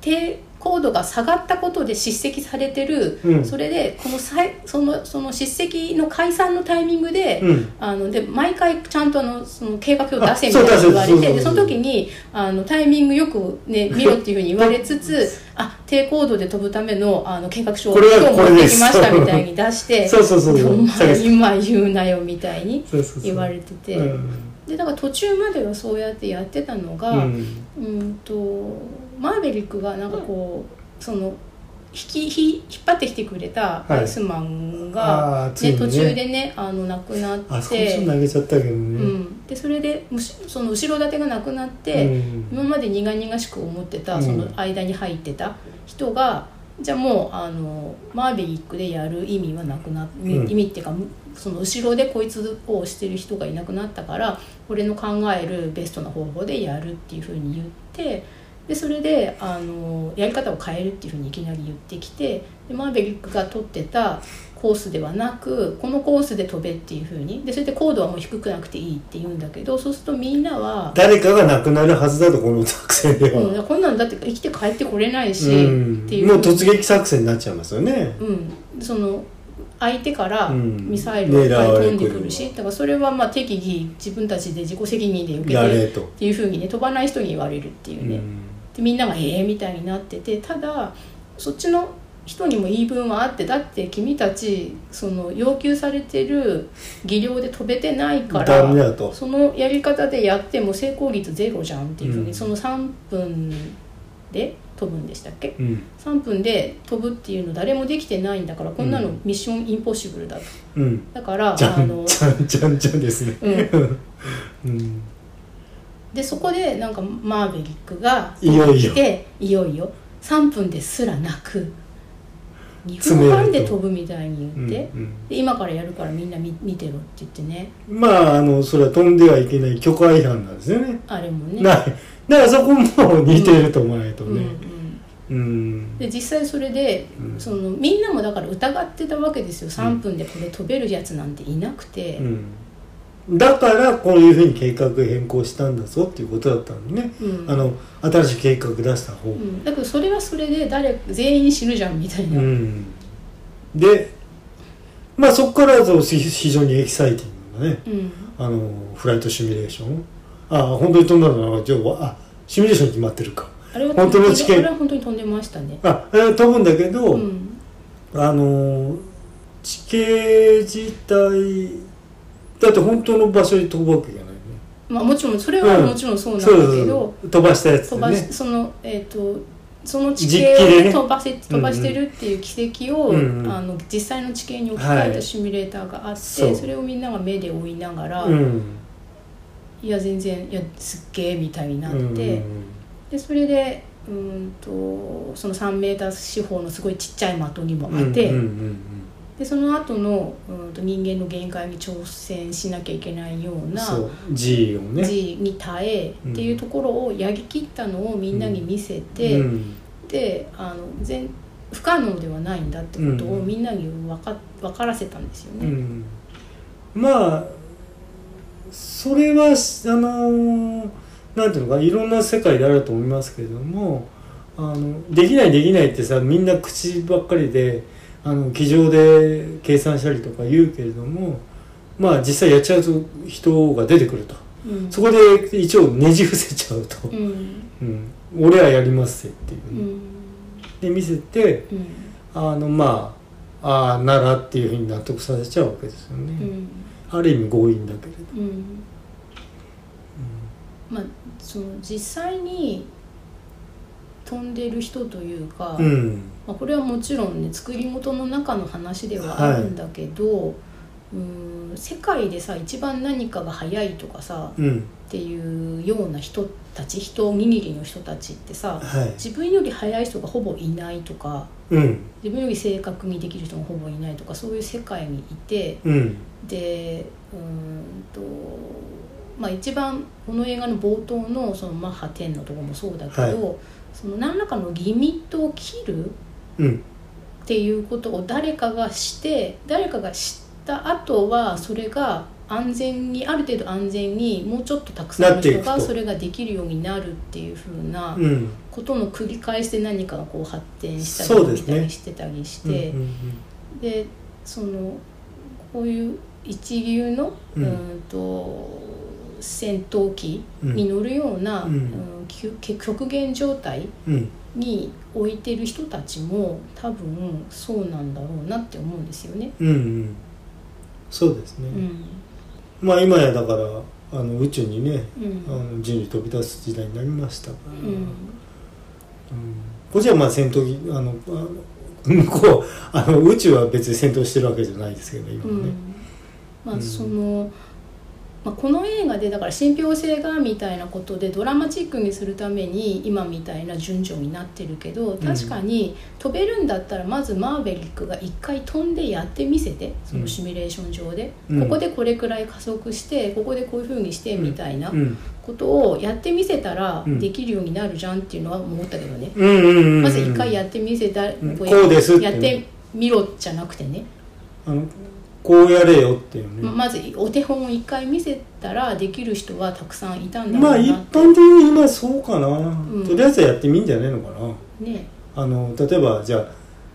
低高度が下がったことで叱責されてる、うんそれでこのさいそのその叱責の解散のタイミングで、うんあので毎回ちゃんとあのその計画表出せみたいなこと言わあれそう出せそうてでそそうの時にあのタイミングよく、 ね、見ろっていうふうに言われつつあ低高度で飛ぶためのあの計画書をこれは今日持これっでてきすましたみたいに出し てそうそうそうそうお下げ前さ今言うなよみたいにそうそうそう言われてて、うんでだから途中まではそうやってやってたのが、うんうんとマーヴェリックがなんかこうその引きひ引っ張ってきてくれたアイスマンが、あーついねにね途中でねあの亡くなあっそこちょっとて、投げちゃったけどうねん、でそれでむしその後ろ盾がなくなっうて、ん今まで苦々しく思ってうたんその間に入ってた人が、じゃあもうあのマーヴェリックでやる意味はなくなっ、うん意味っていうかむその後ろでこいつを推してる人がいなくなったから俺の考えるベストな方法でやるっていうふうに言ってでそれであのやり方を変えるっていうふうにいきなり言ってきてでマーヴェリックが取ってたコースではなくこのコースで飛べっていうふうにでそれで高度はもう低くなくていいって言うんだけどそうするとみんなは。誰かが亡くなるはずだとこの作戦では、うん、こんなんだって生きて帰ってこれないし、うんっていうもう突撃作戦になっちゃいますよね、うん、その相手からうんミサイルがいっぱい飛んでくる狙われてくるし、だからそれはまあ適宜自分たちで自己責任で受けやてれっと、ていうふうにね飛ばない人に言われるっていうね、うんでみんなが「ええ」みたいになっててただそっちの人にも言い分はあってだって君たちその要求されてる技量で飛べてないからダメだとそのやり方でやっても成功率ゼロじゃんっていうふうに、うんその3分で飛ぶんでしたっけうん3分で飛ぶっていうの誰もできてないんだからこんなのうんミッションインポッシブルだとうんだからじゃあんの、じゃんじゃんじゃんですねうん、うんでそこでなんかマーヴェリックがいよいよ来ていよいよ3分ですらなく2詰める分と半で飛ぶみたいにう言っんて、うんで今からやるからみんな見見てろって言ってねまああのそれは飛んではいけない許可違反なんですよねあれもねないだからそこも似てると思わないとうんうねん、うん、で実際それで、うんそのみんなもだから疑ってたわけですよ3分でこれ飛べるやつなんていなくて、うんだからこういうふうに計画変更したんだぞっていうことだったのね、うんあの新しい計画出した方、うん、だけどそれはそれで誰全員死ぬじゃんみたいな、うん、でまあそこからだと非非常にエキサイティングなねうんあのフライトシミュレーションあ本当に飛んだのかじゃああシミュレーションに決まってるかあれは本当の事件あれは本当に飛んでましたね。あえー飛ぶんだけど、うんあの地形自体だって本当の場所に飛ぶわけじゃないねまあ、もちろんそれはうんもちろんそうなんだそうそうけそど、う飛ばしたやつで飛ばしねそのえっ、とその地形実を機ね、でね飛ばせ飛ばしてるっていう奇跡を、うんうんあの実際の地形に置き換えたシミュレーターがあって、そうそれをみんなが目で追いながら、うんいや全然いやすっげえみたいになって、うんでそれでうーんとその3メーター四方のすごいちっちゃい的にも当て、うんうんうんでその後のうんと人間の限界に挑戦しなきゃいけないよううんなそう G をね字に耐えっていうところをやりきったのをみんなに見せて、うんであの全不可能ではないんだってことをみんなに分か分からせたんですようね。ん、まあそれはあのーなんていうのかないろんな世界であると思いますけれどもあのできないできないってさみんな口ばっかりであの机上で計算したりとか言うけれどもまあ実際やっちゃうと人が出てくるとうんそこで一応ねじ伏せちゃうとう、んうん俺はやりますぜっていううね、んで見せてうんあのまあああならっていうふうに納得させちゃうわけですよね。うんある意味強引だけれど、うんまあその実際に飛んでる人というか、うんまあ、これはもちろんね作り元の中の話ではあるんだけど、うーん世界でさ一番何かが早いとかさうんっていうような人たち人握りの人たちってさはい自分より早い人がほぼいないとかうん自分より正確にできる人がほぼいないとかそういう世界にいてうんでうーんとまあ一番この映画の冒頭のそのマッハ10のところもそうだけど、はその何らかのギミットを切るうんっていうことを誰かがして誰かが知った後はそれが安全にある程度安全にもうちょっとたくさんなのっていく人とがそれができるようになるっていうふうなうんことの繰り返しで何かがこう発展したそうでりみすたねりしてたりして、うんうんでそのこういう一流の、ううんん、と戦闘機うんに乗るような、うんうんきゅ極限状態うんに置いてる人たちも多分そうなんだろうなって思うんですよね。うんうんそうですね、うんまあ今やだからあの宇宙にねうあんの人類飛び出す時代になりましたから、ううんんこっちはまあ戦闘機あのあ向こうあの宇宙は別に戦闘してるわけじゃないですけど今うはね、んまうあんそのまあ、この映画でだから信憑性がみたいなことでドラマチックにするために今みたいな順序になってるけど確かに飛べるんだったらまずマーベリックが一回飛んでやってみせてそのシミュレーション上で、うんここでこれくらい加速してここでこういうふうにしてみたいなうんことをやってみせたらうんできるようになるじゃんっていうのは思ったけどね、うんうんうんうんまず一回やってみせた、んここうですってやってみろじゃなくてね、あのこうやれよっていうね、ままずお手本を一回見せたらできる人はたくさんいたんだまあろう一なって、般的に今そうかな、んとりあえずやってみんじゃねえのかなねあの例えばじゃ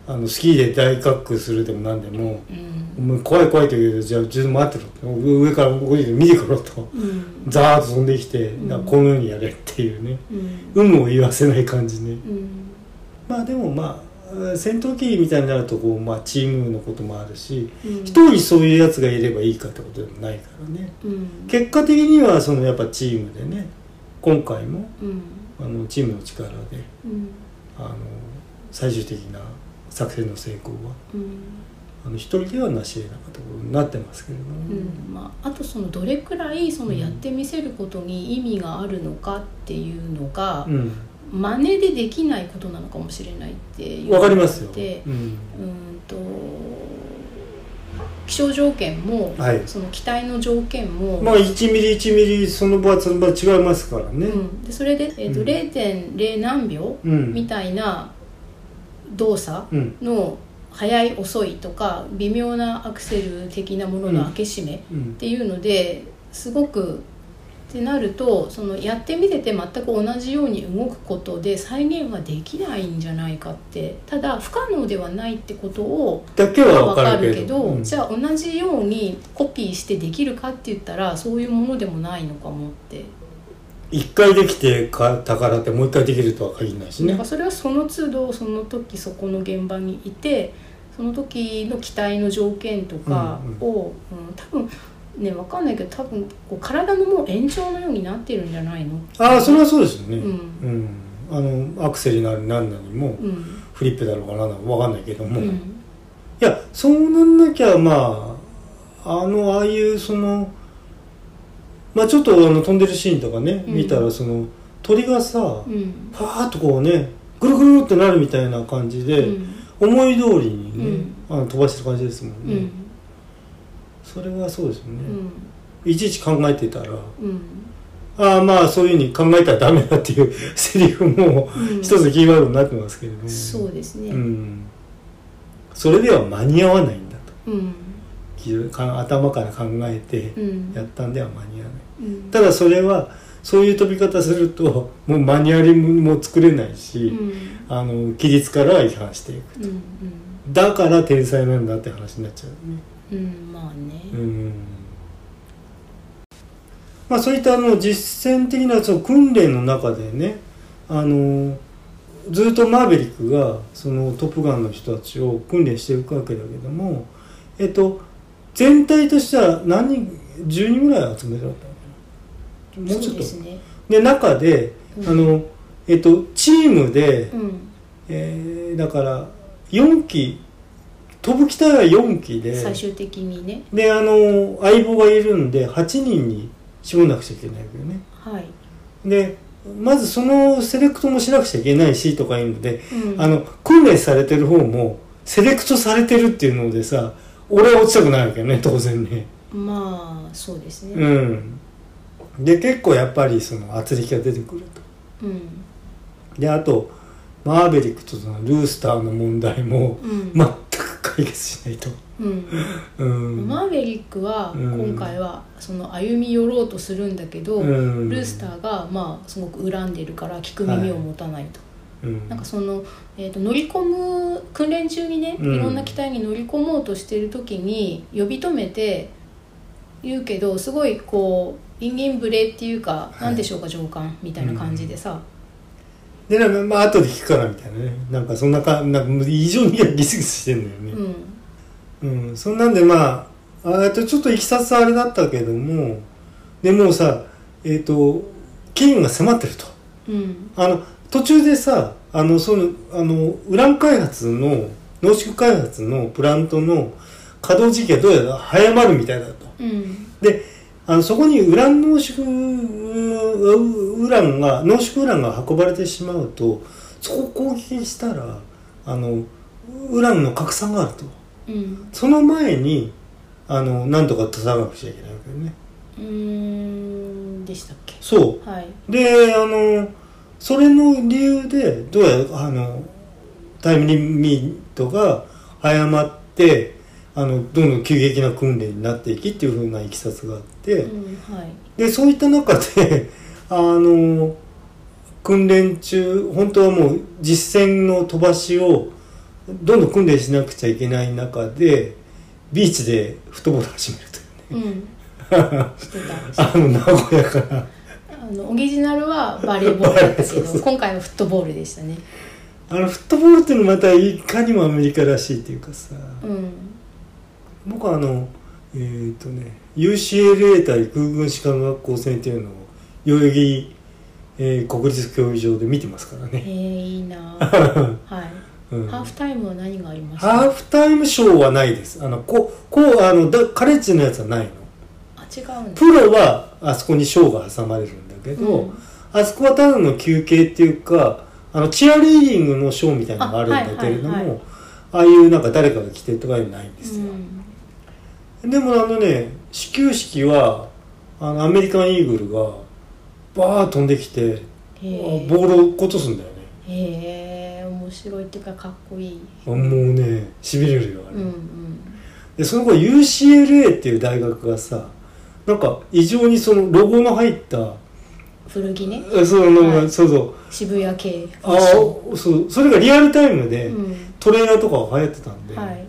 ああのスキーで大滑空するでも何でもう「おん前怖い怖い」と言うけど「じゃあちょっと待ってろ」上から降りて見てくろ」とうんザーッと飛んできて、うんだからこのようにやれっていうねう有ん無を言わせない感じねうんまあでもまあ戦闘機みたいになるとこう、まあ、チームのこともあるしうん一人そういうやつがいればいいかってことでもないからねうん結果的にはそのやっぱチームでね今回もうんあのチームの力でうんあの最終的な作戦の成功はうんあの一人では成し得なかったことになってますけれども、うんまあ、あとそのどれくらいそのやってみせることに意味があるのかっていうのが、うん真似でできないことなのかもしれないっていうわかりますよ、でうん、うーんと気象条件も、はいその機体の条件も、まあ1ミリ1ミリその場その場違いますからね、うん、でそれで、えーとうん0.0何秒うんみたいな動作うんの速い遅いとか微妙なアクセル的なものの開け閉めっうんていうのですごくってなるとそのやってみてて全く同じように動くことで再現はできないんじゃないかってただ不可能ではないってことをだけはわわかかるるけけどど、うんじゃあ同じようにコピーしてできるかって言ったらそういうものでもないのかもって、一回できてか宝ってもう一回できるとは限らないしなねんかそれはその都度その時そこの現場にいてその時の機体の条件とかを、うん多分ねわかんないけど多分こう体のもう延長のようになってるんじゃないのああそれはそうですよねうんうんあのアクセルなり何なりもうんフリップだろうかなわかんないけどうも、いんやそうなんなきゃまああのああいうそのまあちょっとあの飛んでるシーンとかねうん見たらその鳥がさ、うんパーッとこうねぐるぐるってなるみたいな感じで、うん思い通りにね、あの飛ばしてる感じですもんうね、んそれはそうですよね、うんいちいち考えてたらうんああまあそういうふうに考えたらダメだっていう セリフもうん一つキーワードになってますけれども、そうですね、うん、それでは間に合わないんだとうんきか頭から考えてうんやったんでは間に合わないうんただそれはそういう飛び方するともうマニュアルも作れないし、うんあの規律から違反していくうんだから天才なんだって話になっちゃうよねうんうんまあねうんまあ、そういったあの実践的なその訓練の中でねあのずっとマーベリックがそのトップガンの人たちを訓練していくわけだけども、えっと、全体としては何人10人ぐらい集めてあったのかなもうちょそっうとですねで中で、うんあのええっと、チームで、うん、えーだから4期飛ぶ北は4期で最終的にねであの相棒がいるんで8人に絞らなくちゃいけないわけどねはい、でまずそのセレクトもしなくちゃいけないしとかいうので、うん、あの訓練されてる方もセレクトされてるっていうのでさ俺は落ちたくないわけよね当然ねまあそうですねうんで結構やっぱりその圧力が出てくるとうんであとマーベリックとそのルースターの問題もうん、全く解決しないとうんうんマーヴェリックはうん今回はその歩み寄ろうとするんだけど、うんルースターがまあすごく恨んでるから聞く耳を持たないと、うんなんかその、えー、と乗り込む訓練中にね、うんいろんな機体に乗り込もうとしてる時に呼び止めて言うけどすごいこう陰銀無礼っていうか、いなんでしょうか上官みたいな感じでさ、でなんかまあ後で聞くからみたいなねなんかそんなかなんか異常にギスギスしてんだようねんうん、そんなんでまああとちょっといきさつはあれだったけどもでもうさえっ、と期限が迫ってるとうんあの途中でさあのそのあのウラン開発の濃縮開発のプラントの稼働時期がどうやら早まるみたいだとうんであのそこにウラン濃縮うんウランが濃縮ウランが運ばれてしまうとそこを攻撃したらあのウランの拡散があると。うんその前にあの何とか戦わなくちゃいけないわけよねうーんでしたっけそはいうであのそれの理由でどうやらあのタイムリミットが早まってあのどんどん急激な訓練になっていきっていうふうないきさつがあって、うんはいでそういった中で あの訓練中本当はもう実戦の飛ばしをどんどん訓練しなくちゃいけない中でビーチでフットボールを始めるという うん、してたあの名古屋からあのオリジナルはバレーボールだったけどそうそう今回はフットボールでしたねあのフットボールっていうのまたいかにもアメリカらしいっていうかさうん僕はあのえっ、とね UCLA 対空軍士官学校戦っていうのを代々木、えー国立競技場で見てますからえね、ー、いいなぁはい、 うん、ハーフタイムは何がありましたハーフタイムショーはないです。あの、こう、こう、あの、だカレッジのやつはないの。あ違うんだプロは、あそこにショーが挟まれるんだけど、うんあそこはただの休憩っていうか、あの、チアリーディングのショーみたいなのがあるんだけれども、あ,、あはいはいはいあいうなんか誰かが来てとかいうのはないんでうすよ。んでもあのね、始球式は、あの、アメリカンイーグルが、バーッ飛んできて、へあえボールを落っことすんだよね。へえ面白いっていうかかっこいいあもうね、痺れるよ、あれ。うんうんでその後 UCLA っていう大学がさなんか異常にそのロゴの入った古着ねえその、はいそうそう渋谷系ファあッショそうそれがリアルタイムで、ントレーナーとかが流行ってたんうで、んはい、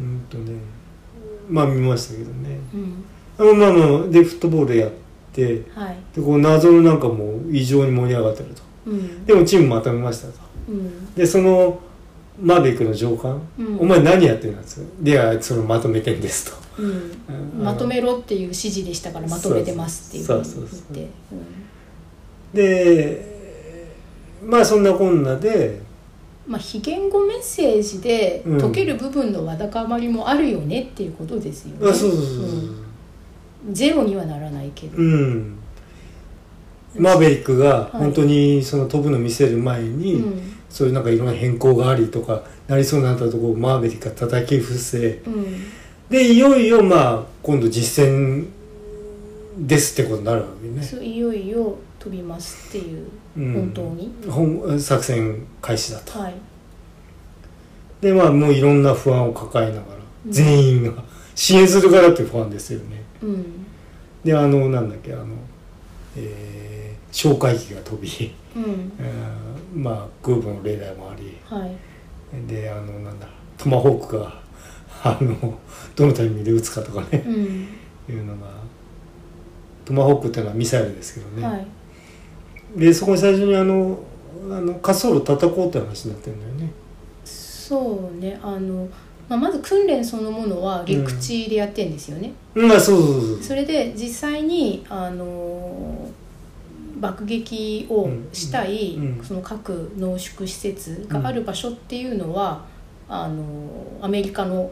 うんとねまあ見ましたけどねうんあまあまあでフットボールやってではいこう謎のなんかもう異常に盛り上がってるとうんでもチームまとめましたとうんでそのマーベックの上官、うんお前何やってるんですいやそのまとめてんですとうんうんまとめろっていう指示でしたからまとめてますっていうふうにそうそうそう言ってでまあそんなこんなでうんまあ非言語メッセージでうん解ける部分のわだかまりもあるよねっていうことですよあね、そうそうそうそうゼロにはならないけど、うん、マーベリックがい本当にその飛ぶの見せる前に、うんそういうなんかいろんな変更がありとかなりそうになったところをマーベリックが叩き伏せうんでいよいよまあ今度実践ですってことになるわけねそういよいよ飛びますっていう、うん本当に本作戦開始だとはいでまあもういろんな不安を抱えながら、うん全員が支援する側だっていう不安ですよねうんであのなんだっけあの、えー、哨戒機が飛び、うんうんまあ空母のレーダーもありはいであのなんだトマホークがあのどのタイミングで撃つかとかね うん、いうのがトマホークっていうのはミサイルですけどね、はいでそこに最初にあのあの滑走路叩こうって話になってるんだよねそうねあの、まあ、まず訓練そのものは陸地でやってんですよね、うんあそうそうそうそうそれで実際にあの爆撃をしたい、うんうんその核濃縮施設がある場所っていうのは、あのアメリカの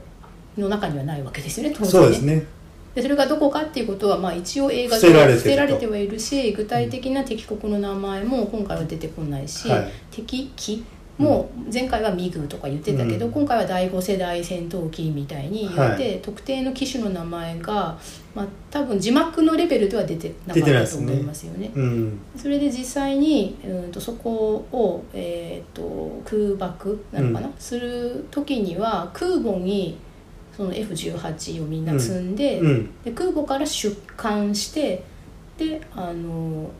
の中にはないわけですよね当然そうでねすねでそれがどこかっていうことは、まあ、一応映画伏せられてると伏せられてはいるし具体的な敵国の名前も今回は出てこないし、はい敵機も前回はミグとか言ってたけど、うん今回は第5世代戦闘機みたいに言って、は特定の機種の名前が、まあ、多分字幕のレベルでは出てなか出てないっでたとすね思いますよね。うんそれで実際にうんとそこを、えー、と空爆なのかな、する時には空母にその F18 をみんな積んで,、うんで空母から出艦してであの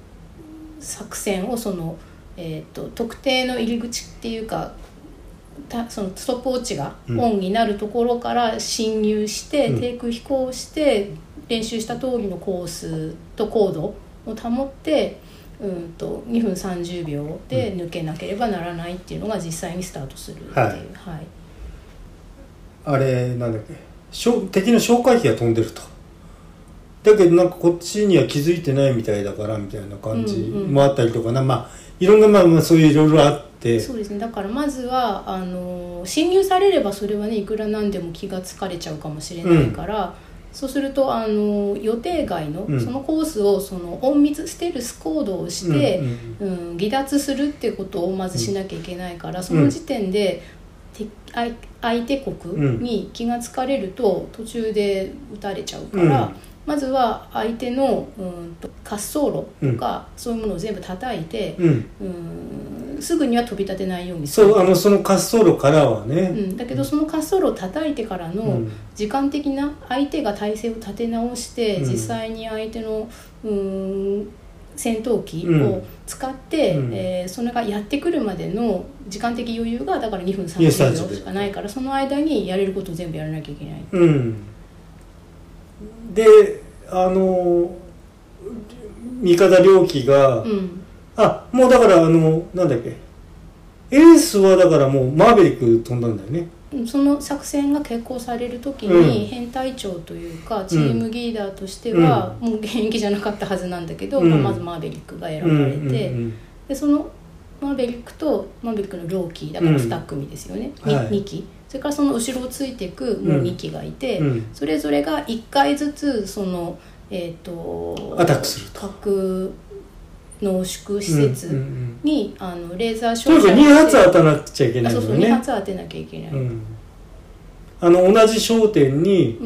作戦をその、えー、と特定の入り口っていうかたそのストップウォッチがうんオンになるところから侵入して、うん低空飛行して練習した通りのコースと高度を保ってうんと2分30秒で抜けなければならないっていうのが実際にスタートするっていう。はいはいあれなんだっけしょ敵の哨戒機が飛んでるとだけどなんかこっちには気づいてないみたいだからみたいな感じうんうんもあったりとかな、まあいろんなまあまあそういういろいろあってそうですねだからまずはあの侵入されればそれはねいくらなんでも気がつかれちゃうかもしれないから、そうするとあの予定外の、うんそのコースをその隠密ステルス行動をして、うんうんうん、離脱するってことをまずしなきゃいけないから、その時点で敵相相手国に気がつかれると途中で撃たれちゃうから、うんまずは相手のうんと滑走路とか、そういうものを全部叩いて、うん、うんすぐには飛び立てないようにするそうあのその滑走路からはうね、ん、だけどその滑走路を叩いてからうの時間的な相手が体勢を立て直して、うん実際に相手のうん戦闘機うをん使って、うんえーそれがやってくるまでの時間的余裕がだから2分いや30 30秒しかないからその間にやれることを全部やらなきゃいけない。うんであの味方良機が、うんあもうだからあのなんだっけエースはだからもうマーベリック飛んだんだよねその作戦が決行される時うんに編隊長というかチームリーダーとしてはもう現役じゃなかったはずなんだけど、うんまあまずマーベリックが選ばうんれて、うんでそのマーベリックとマーベリックの両機だかうらん2組ですよね、は二い 2, 機それからその後ろをついていくもう2機がいて、うんうんそれぞれが1回ずつそのえっ、とアタックすると核濃縮施うんうん設うんに、あのレーザー照とにかく2発当てたらなくちゃいけあないそのうそうよ2ね発当てなきゃいけない、ううんんあの同じ焦点に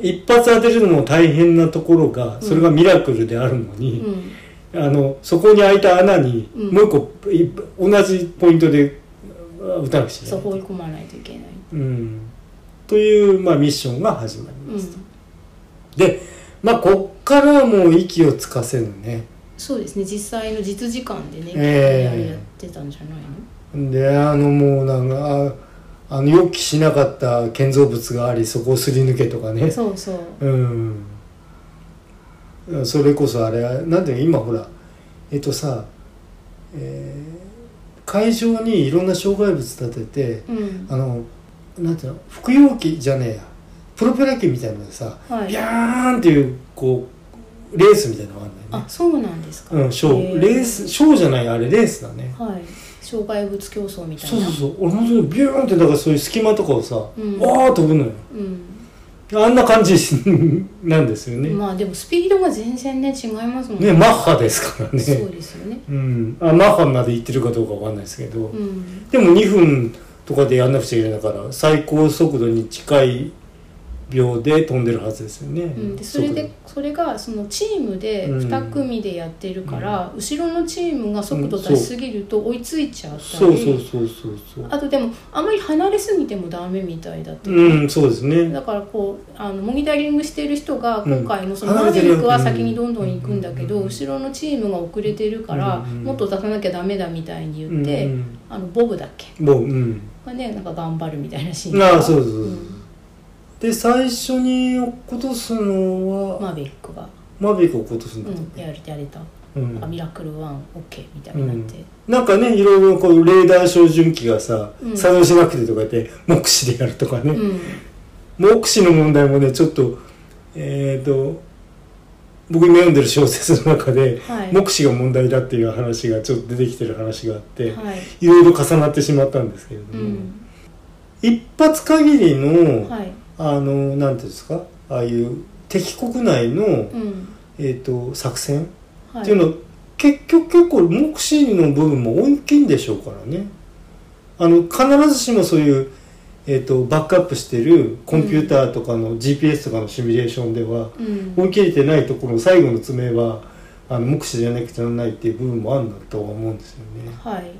一発当てるのも大変なところがそれがミラクルであるのうに、んあのそこに開いた穴にうんもう一個い同じポイントであ打たなくちゃいけそうない放り込まないといけない、うん、という、まあ、ミッションが始まりうまんす、、でまあこっからはもう息をつかせぬねそうですね実際の実時間でね、ええやってたんじゃないのであのもうなんかああの予期しなかった建造物がありそこをすり抜けとかねそうそううんそれこそあれなんていうの今ほらえっとさ、えー会場にいろんな障害物立ててうんあのなんていうの服用機じゃねえやプロペラ機みたいなのでさはビいャーンっていうこうレースみたいなのがあるんだよねあそうなんですか、うん、ショへー、えレース、ショーじゃない、あれ、レースだね。はい障害物競争みたいそなうそうそう、俺もそう、ビューンって、だからそういう隙間とかをさ、うんわー飛ぶのよ。うんあんな感じなんですよね。まあでもスピードが全然ね違いますもんね、マッハですからそうね。ですよねうん、あ、マッハまで行ってるかどうかわかんないですけど、うんでも2分とかでやんなくちゃいけないから、最高速度に近い秒で飛んでるはずですよね。うん、でそれでそれがそのチームでうん2組でやってるから、後ろのチームが速度出しすぎると追いついちゃったり、速度。そうそうそうそうそう。あとでもあんまり離れすぎてもダメみたいだと、うん、そうですね。だからこうあのモニタリングしてる人が今回のそのうんマーベリックは先にうどんんどん行くんだけど、うん後ろのチームが遅れてるから、うんもっと出さなきゃダメだみたいに言って、うんあのボブだっけうん、もう、うん。がねなんか頑張るみたいなシーンああそうそうそう、うんで最初に落っことすのは、マーベリックが、マビックを落っことすんうだん、やれたやれた、うんなんかミラクルワンオッケーみたいになって、なんかねいろいろこうレーダー照準器がさ、うん作動しなくてとか言って目視でやるとかうね、ん目視の問題もねちょっとえっ、と僕今読んでる小説の中で、はい目視が問題だっていう話がちょっと出てきてる話があって、はいいろいろ重なってしまったんですけれども、うん一発限りの、はいあのなんていうんですかああいう敵国内の、うんえー、と作戦はいっていうのは、結局結構目視の部分も大きいんでしょうからねあの必ずしもそういう、えー、とバックアップしてるコンピューターとかの GPS とかのシミュレーションでは、うん追い切れてないところの最後の爪はあの目視じゃなくちゃならないっていう部分もあるんだとは思うんですよね。はい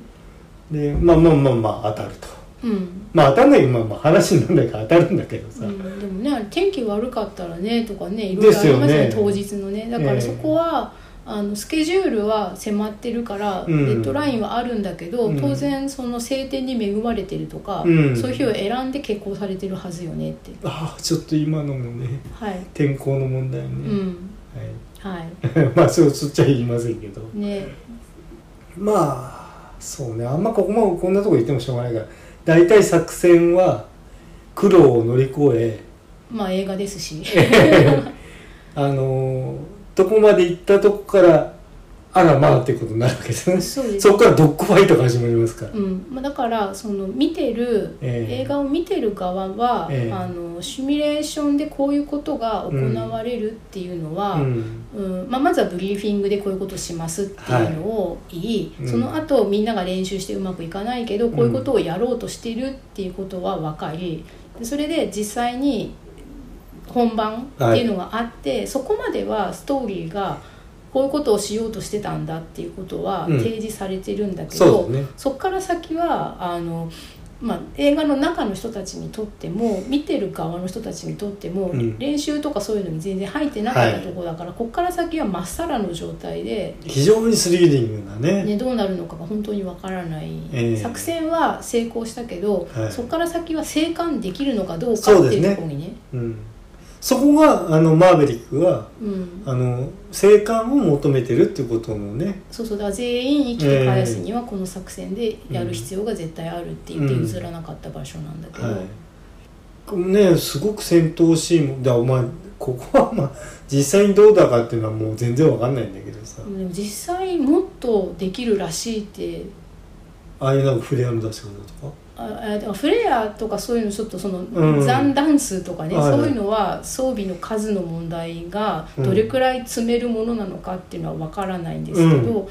でまあまあまあまあ当たると。うんまあ当たんないまあまあ話にならないから当たるんだけどさ、うん、でもねあれ天気悪かったらねとかねいろいろありましたねですよ当ね日のねだかええらそこは、あのスケジュールは迫ってるから、うんデッドラインはあるんだけど、うん当然その晴天に恵まれてるとか、うんそういう日を選んで結婚されてるはずよねってああちょっと今のもねはい天候の問題ね、うんはい はまあそうそっちは言いませんけどいねまあそうねあんまここもこんなとこ言ってもしょうがないから大体作戦は苦労を乗り越えまあ映画で すしあのーどこまで行ったとこからあらまあってことになるわけですねそうですそこからドッグファイトが始まりますから、うんまあ、だからその見てる、ええ映画を見てる側は、ええあのシミュレーションでこういうことが行われるっていうのは、うんうんまあ、まずはブリーフィングでこういうことしますっていうのを言い、はいうんその後みんなが練習してうまくいかないけどこういうことをやろうとしてるっていうことは分かりでそれで実際に本番っていうのがあって、そこまではストーリーがこういうことをしようとしてたんだっていうことはうん提示されてるんだけど、そうだねそこから先はあの、まあ、映画の中の人たちにとっても見てる側の人たちにとっても、うん練習とかそういうのに全然入ってなかっはたいところだから、ここから先はまっさらの状態で、非常にスリリングなねね、どうなるのかが本当にわからない、ええ作戦は成功したけど、はいそこから先は生還できるのかどうかそうっですていうねところにね。うん、そこがあのマーベリックがうん、あの生還を求めてるっていうことのねそうそうだから全員生きて返すにはこの作戦でやる必要が絶対あるって言って譲らなかった場所なんだけど、はい、このねすごく戦闘シーンもだお前ここはまあ実際にどうだかっていうのはもう全然わかんないんだけどさ、でも実際もっとできるらしいってああいうなんかフレアの出し方とかああだからフレアとかそういうのちょっとその、うん残弾数とかね、はいはいそういうのは装備の数の問題がうんどれくらい積めるものなのかっていうのは分からないんですけど、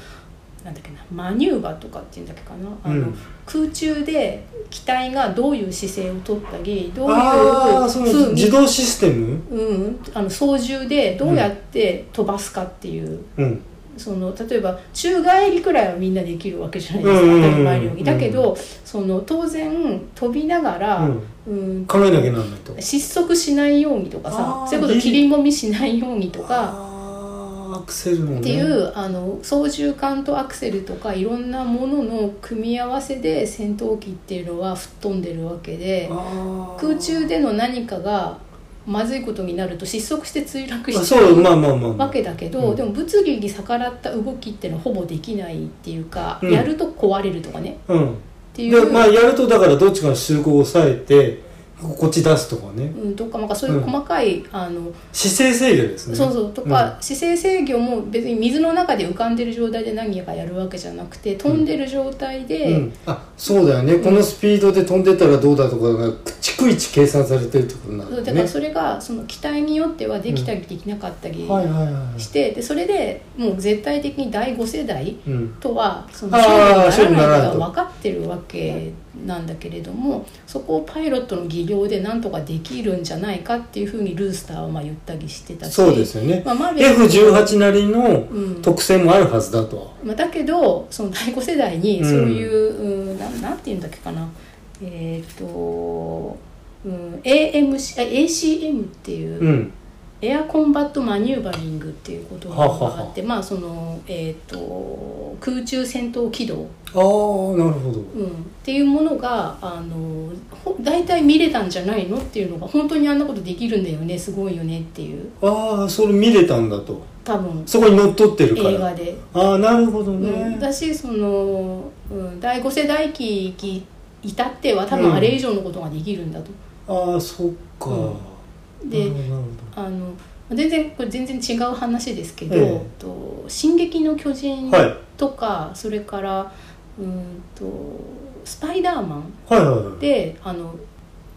なんだっけなマニューバーとかっていうんだっけかなあの、うん空中で機体がどういう姿勢をとったりどうああそのいう風自に動システムうん、あの操縦でどうやって飛ばすかっていう。うんその例えば宙返りくらいはみんなできるわけじゃないですか、うんうんうん当たり前のようにだけうんど、その当然飛びながら、ううんん、考えなきゃなんないと失速しないようにとかさあーそういうこギとリ切り込みしないようにとかああアクセルのねっていう、あの操縦桿とアクセルとかいろんなものの組み合わせで戦闘機っていうのは吹っ飛んでるわけであー空中での何かがまずいことになると失速して墜落あしちゃそうまあまあまあ、まあ、わけだけど、うんでも物理に逆らった動きってのはほぼできないっていうか、うんやると壊れるとかねうんっていでう、まあやるとだからどっちかの出力を抑えてこっち出すとかねうん、とかなんかそういう細かい、あの姿勢制御ですねそうそうとか、姿勢制御も別に水の中で浮かんでる状態で何かやるわけじゃなくて飛んでる状態で、うん、あそうだよね、んこのスピードで飛んでたらどうだとかが逐一計算されてるってことになそうるんだだからねそれがその機体によってはできたりできなかったりはいはいはして、でそれでもう絶対的に第5世代、い、うん、とはそのあー勝負に勝負になならないこらないととは分かってるわけなんだけれどもそこをパイロットの技量でなんとかできるんじゃないかっていうふうにルースターはまあ言ったりしてたしそうですよね、まあ、マーベリック F18 なりのうん特性もあるはずだと、まあ、だけどその第5世代にそういう、うん、なんなんていうんだっけかなえっ、と、うん、AMC あ ACM っていう、うんエアコンバットマニューバリングっていうことがあってはははまあその、えっと空中戦闘機動ああなるほどうん、っていうものがあのほ大体見れたんじゃないのっていうのが本当にあんなことできるんだよねすごいよねっていうああそれ見れたんだと多分そこに乗っ取ってるか映ら画で。ああなるほどうね、ん、だしその、うん、第5世代期に至っては多分あれ以上のことができるんだと。ああそっか、うんなでるほどなるあの全然これ全然違う話ですけどえ「えと進撃の巨人はい」とか、それからうーんと「スパイダーマンはいはい」であの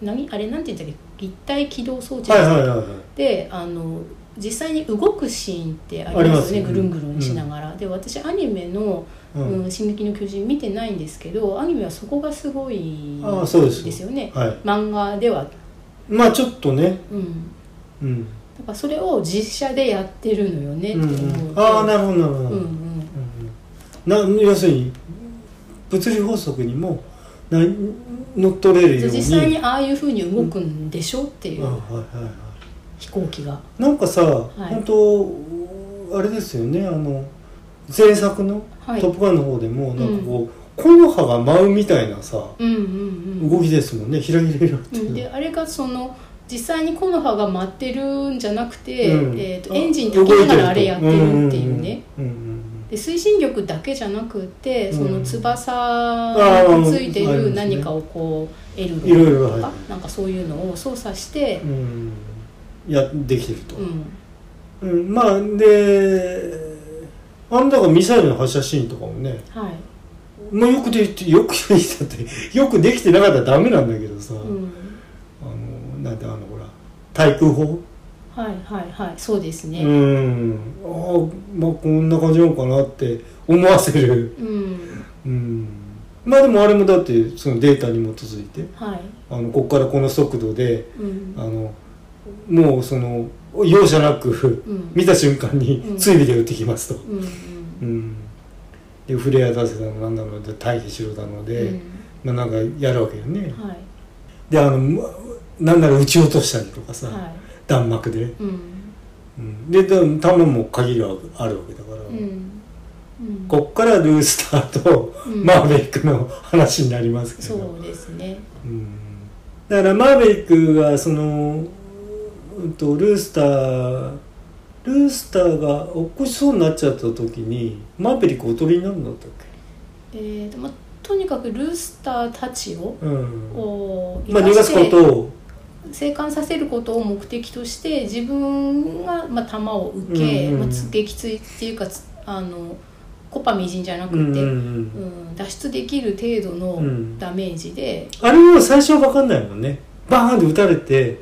何あれなんて言ったっけ立体起動装置はでいすはいはいはいであの実際に動くシーンってあありりまますすよねうんぐるんぐるんしながら、で私アニメのううんん「進撃の巨人」見てないんですけどアニメはそこがすごいああそうですですよねはい漫画では、まあちょっとねうん、うんだからそれを実写でやってるのよねってうん思ううんとああなるほどなるほど、ううんんううんんな要するに物理法則にもな乗っ取れるじようゃあに実際にああいうふうに動くんでしょってあいう、はいはいはい飛行機がなんかさ、い本当あれですよねあの前作の「はいトップガン」の方でも、なんかこう木の葉が舞うみたいなさ、うんうんうん動きですもんねひらひらひらって、うん、であれがその実際に木の葉が舞ってるんじゃなくて、うんえー、とエンジン炊きながらあれやってるっていうね、うんうんうんで推進力だけじゃなくてそのうん翼についていあーありまするね何かをこう得いろいるろとはかなんかそういうのを操作してい、う、ん、やできてると、うんうんまあであんだがミサイルの発射シーンとかもねはいもうよくできてよくできたって よくできてなかったらダメなんだけどさ、うん、あのなんてあのほら対空砲はいはいはいそうですうね、んああまあこんな感じなのかなって思わせる、うんうん、まあでもあれもだってそのデータに基づいてはい、あのここからこの速度でうんあのもうその容赦なくうん見た瞬間うんに追尾で撃ってきますと、うんうん、でフレア出せたのなんだろうで退避しろだのうで、んまあなんかやるわけよねうん、はいであのまなんなら撃ち落としたりとかさ、は弾幕で、いうんうん、ででも弾も限りはあるわけだから、うんうんこっからルースターとうんマーベリックの話になりますけど、そうですねうんだからマーベリックがその、うん、とルースタールースターが落っこちそうになっちゃった時にマーベリックおとりになるんだったっえーとまあとにかくルースターたちをけ、うんこうまあ、生逃かがしすてことを、生還させることを目的として自分が、まあ、弾を受け、うんうんまあ、つ撃墜っていうかつあのコパみじんじゃなくうて、ううんんんうん、脱出できる程度うのんダメージで、あれも最初は分かんないもんねバーンって撃たれて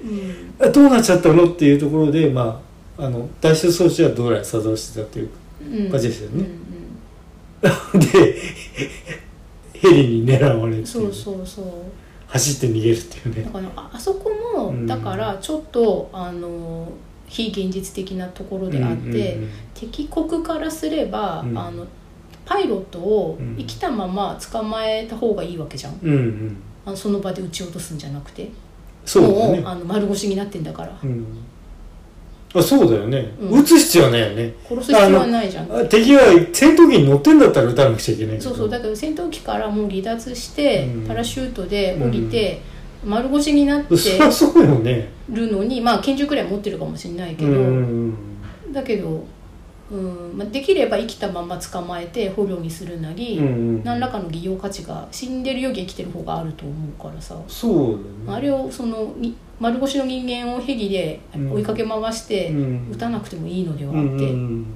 うんあどうなっちゃったのっていうところでまああの脱出装置はどうやら作動してたっていううん感じですよね うんでヘリに狙われうてんそうそうそう走って逃げるっていうだねからああそこも、うんだからちょっとあの非現実的なところであって、うんうん敵国からすれば、うんあのパイロットをうん生きたまま捕まえた方がいいわけじゃん、うん、うんうんあのその場で撃ち落とすんじゃなくてそうだもようねあの丸腰になってんだからうんあそうだよね、うん撃つ必要はないよね殺す必要はないじゃんあ敵は戦闘機に乗ってんだったら撃たなくちゃいけないけどそうそうだけど戦闘機からもう離脱して、うんパラシュートで降りて、丸腰になってそりゃそうよねるのにまあ拳銃くらい持ってるかもしれないけうど、んうんだけど、うんまあ、できれば生きたまま捕まえて捕虜にするなうり、んうん何らかの利用価値が死んでるより生きてる方があると思うからさ、そうだよねあれをそのに丸腰の人間をヘリで追いかけ回して、うん撃たなくてもいいのではうって、んうんうん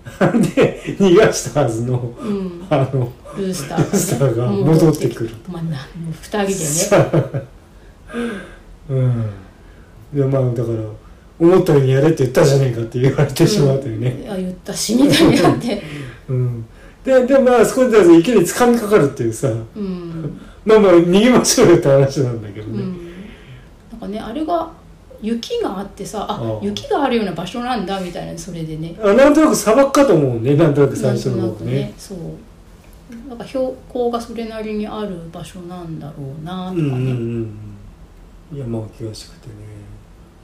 で逃がしたはずのうんあのルースタルースターーががね、戻ってくるまあ、な2人でねさあうんでまあだから思ったようにやれって言ったじゃねえかって言われてしまうというね、あ言ったしみたいにな ってうんででまあそこでいきなり掴みかかるっていうさうん、まあまあ逃げましょうよって話なんだけどうね、ん、なんかねあれが雪があってさあああ雪があるような場所なんだみたいなそれでねあなんとなく砂漠かと思うねなんとなく最なんと初のな方くねねそうなんか標高がそれなりにある場所なんだろうなとかうね、んうんうんうんいやまあ険しくてね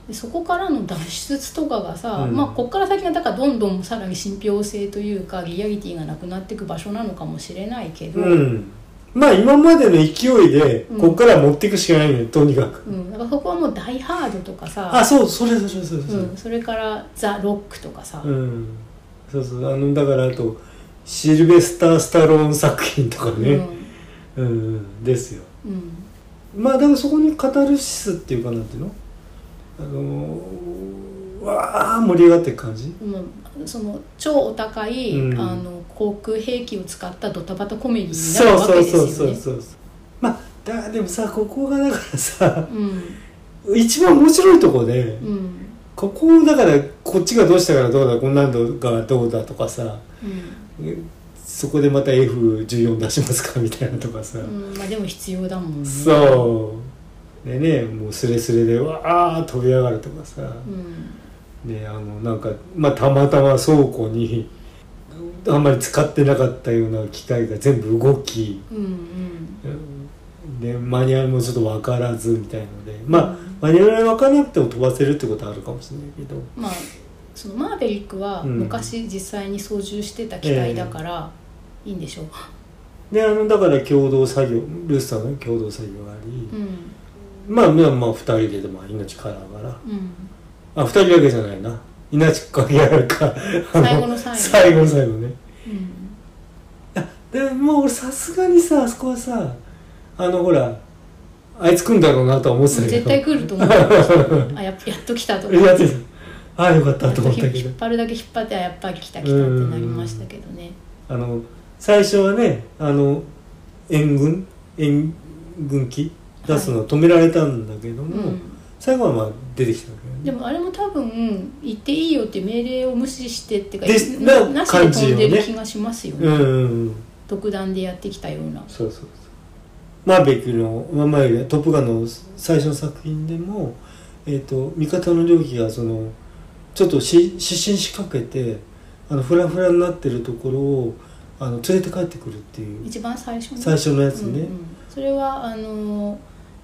でそこからの脱出とかがさ、うんまあこっから先がだからどんどんさらに信憑性というかリアリティがなくなっていく場所なのかもしれないけど、うんまあ今までの勢いでうんこっから持っていくしかないねとにかく、うん、だからそこはもう「ダイ・ハード」とかあさ、そうそれそれそれそれ、うん、それから「ザ・ロック」とかさ、うん、そうそうあのだからあとシルベスター・スタローン作品とかね、うんうんですようんうんまあだからそこにカタルシスっていうかなんていうのあのわあ盛り上がってる感じまあ、その超お高い、うんあの航空兵器を使ったドタバタコメディになそるうわけそうですそようねそうそうまあだでもさここがだからさうん一番面白いとこで、うんここをだからこっちがどうしたからどうだこんなんがどうだとかさうんそこでまた F14 出しますかみたいなとかさ、うんまあでも必要だもんねそうでねもうスレスレでわあ飛び上がるとかさ、うんねあのなんか、まあ、たまたま倉庫にあんまり使ってなかったような機械が全部動きうんうんでマニュアルもちょっと分からずみたいのでまあマニュアル分からなくても飛ばせるってことはあるかもしれないけど。まあそのマーベリックはうん昔実際に操縦してた機体だからいいんでしょう、であのだから共同作業ルースさんの共同作業があり、うんまあまあまあ2人ででも命からからうんあ2人だけじゃないな命からかあ最後の最後 最後の最後ねうでんもう俺さすがにさあそこはさあのほらあいつ来んだろうなとは思ってたけど絶対来ると 思うあやっぱやっと来たと思いやってってああよかったやっとと思ったけ ど引っ張るだけ引っ張ってあやっぱり来た来たってなりましたけどねあの最初はねあの援軍援軍機出すのを止められたんだけども、うん最後はまあ出てきたわけよねでもあれも多分行っていいよって命令を無視してってかですなななしで飛感んでじよねる気がしますよねうんうんうん独断でやってきたようなそうそうそうマーベックのまあ前よりトップガン」の最初の作品でも、えー、と味方の領機がそのちょっとし失神しかけてあのフラフラになってるところをあの連れて帰ってくるっていう一番最初の最初のやつうんうね、んそれはあの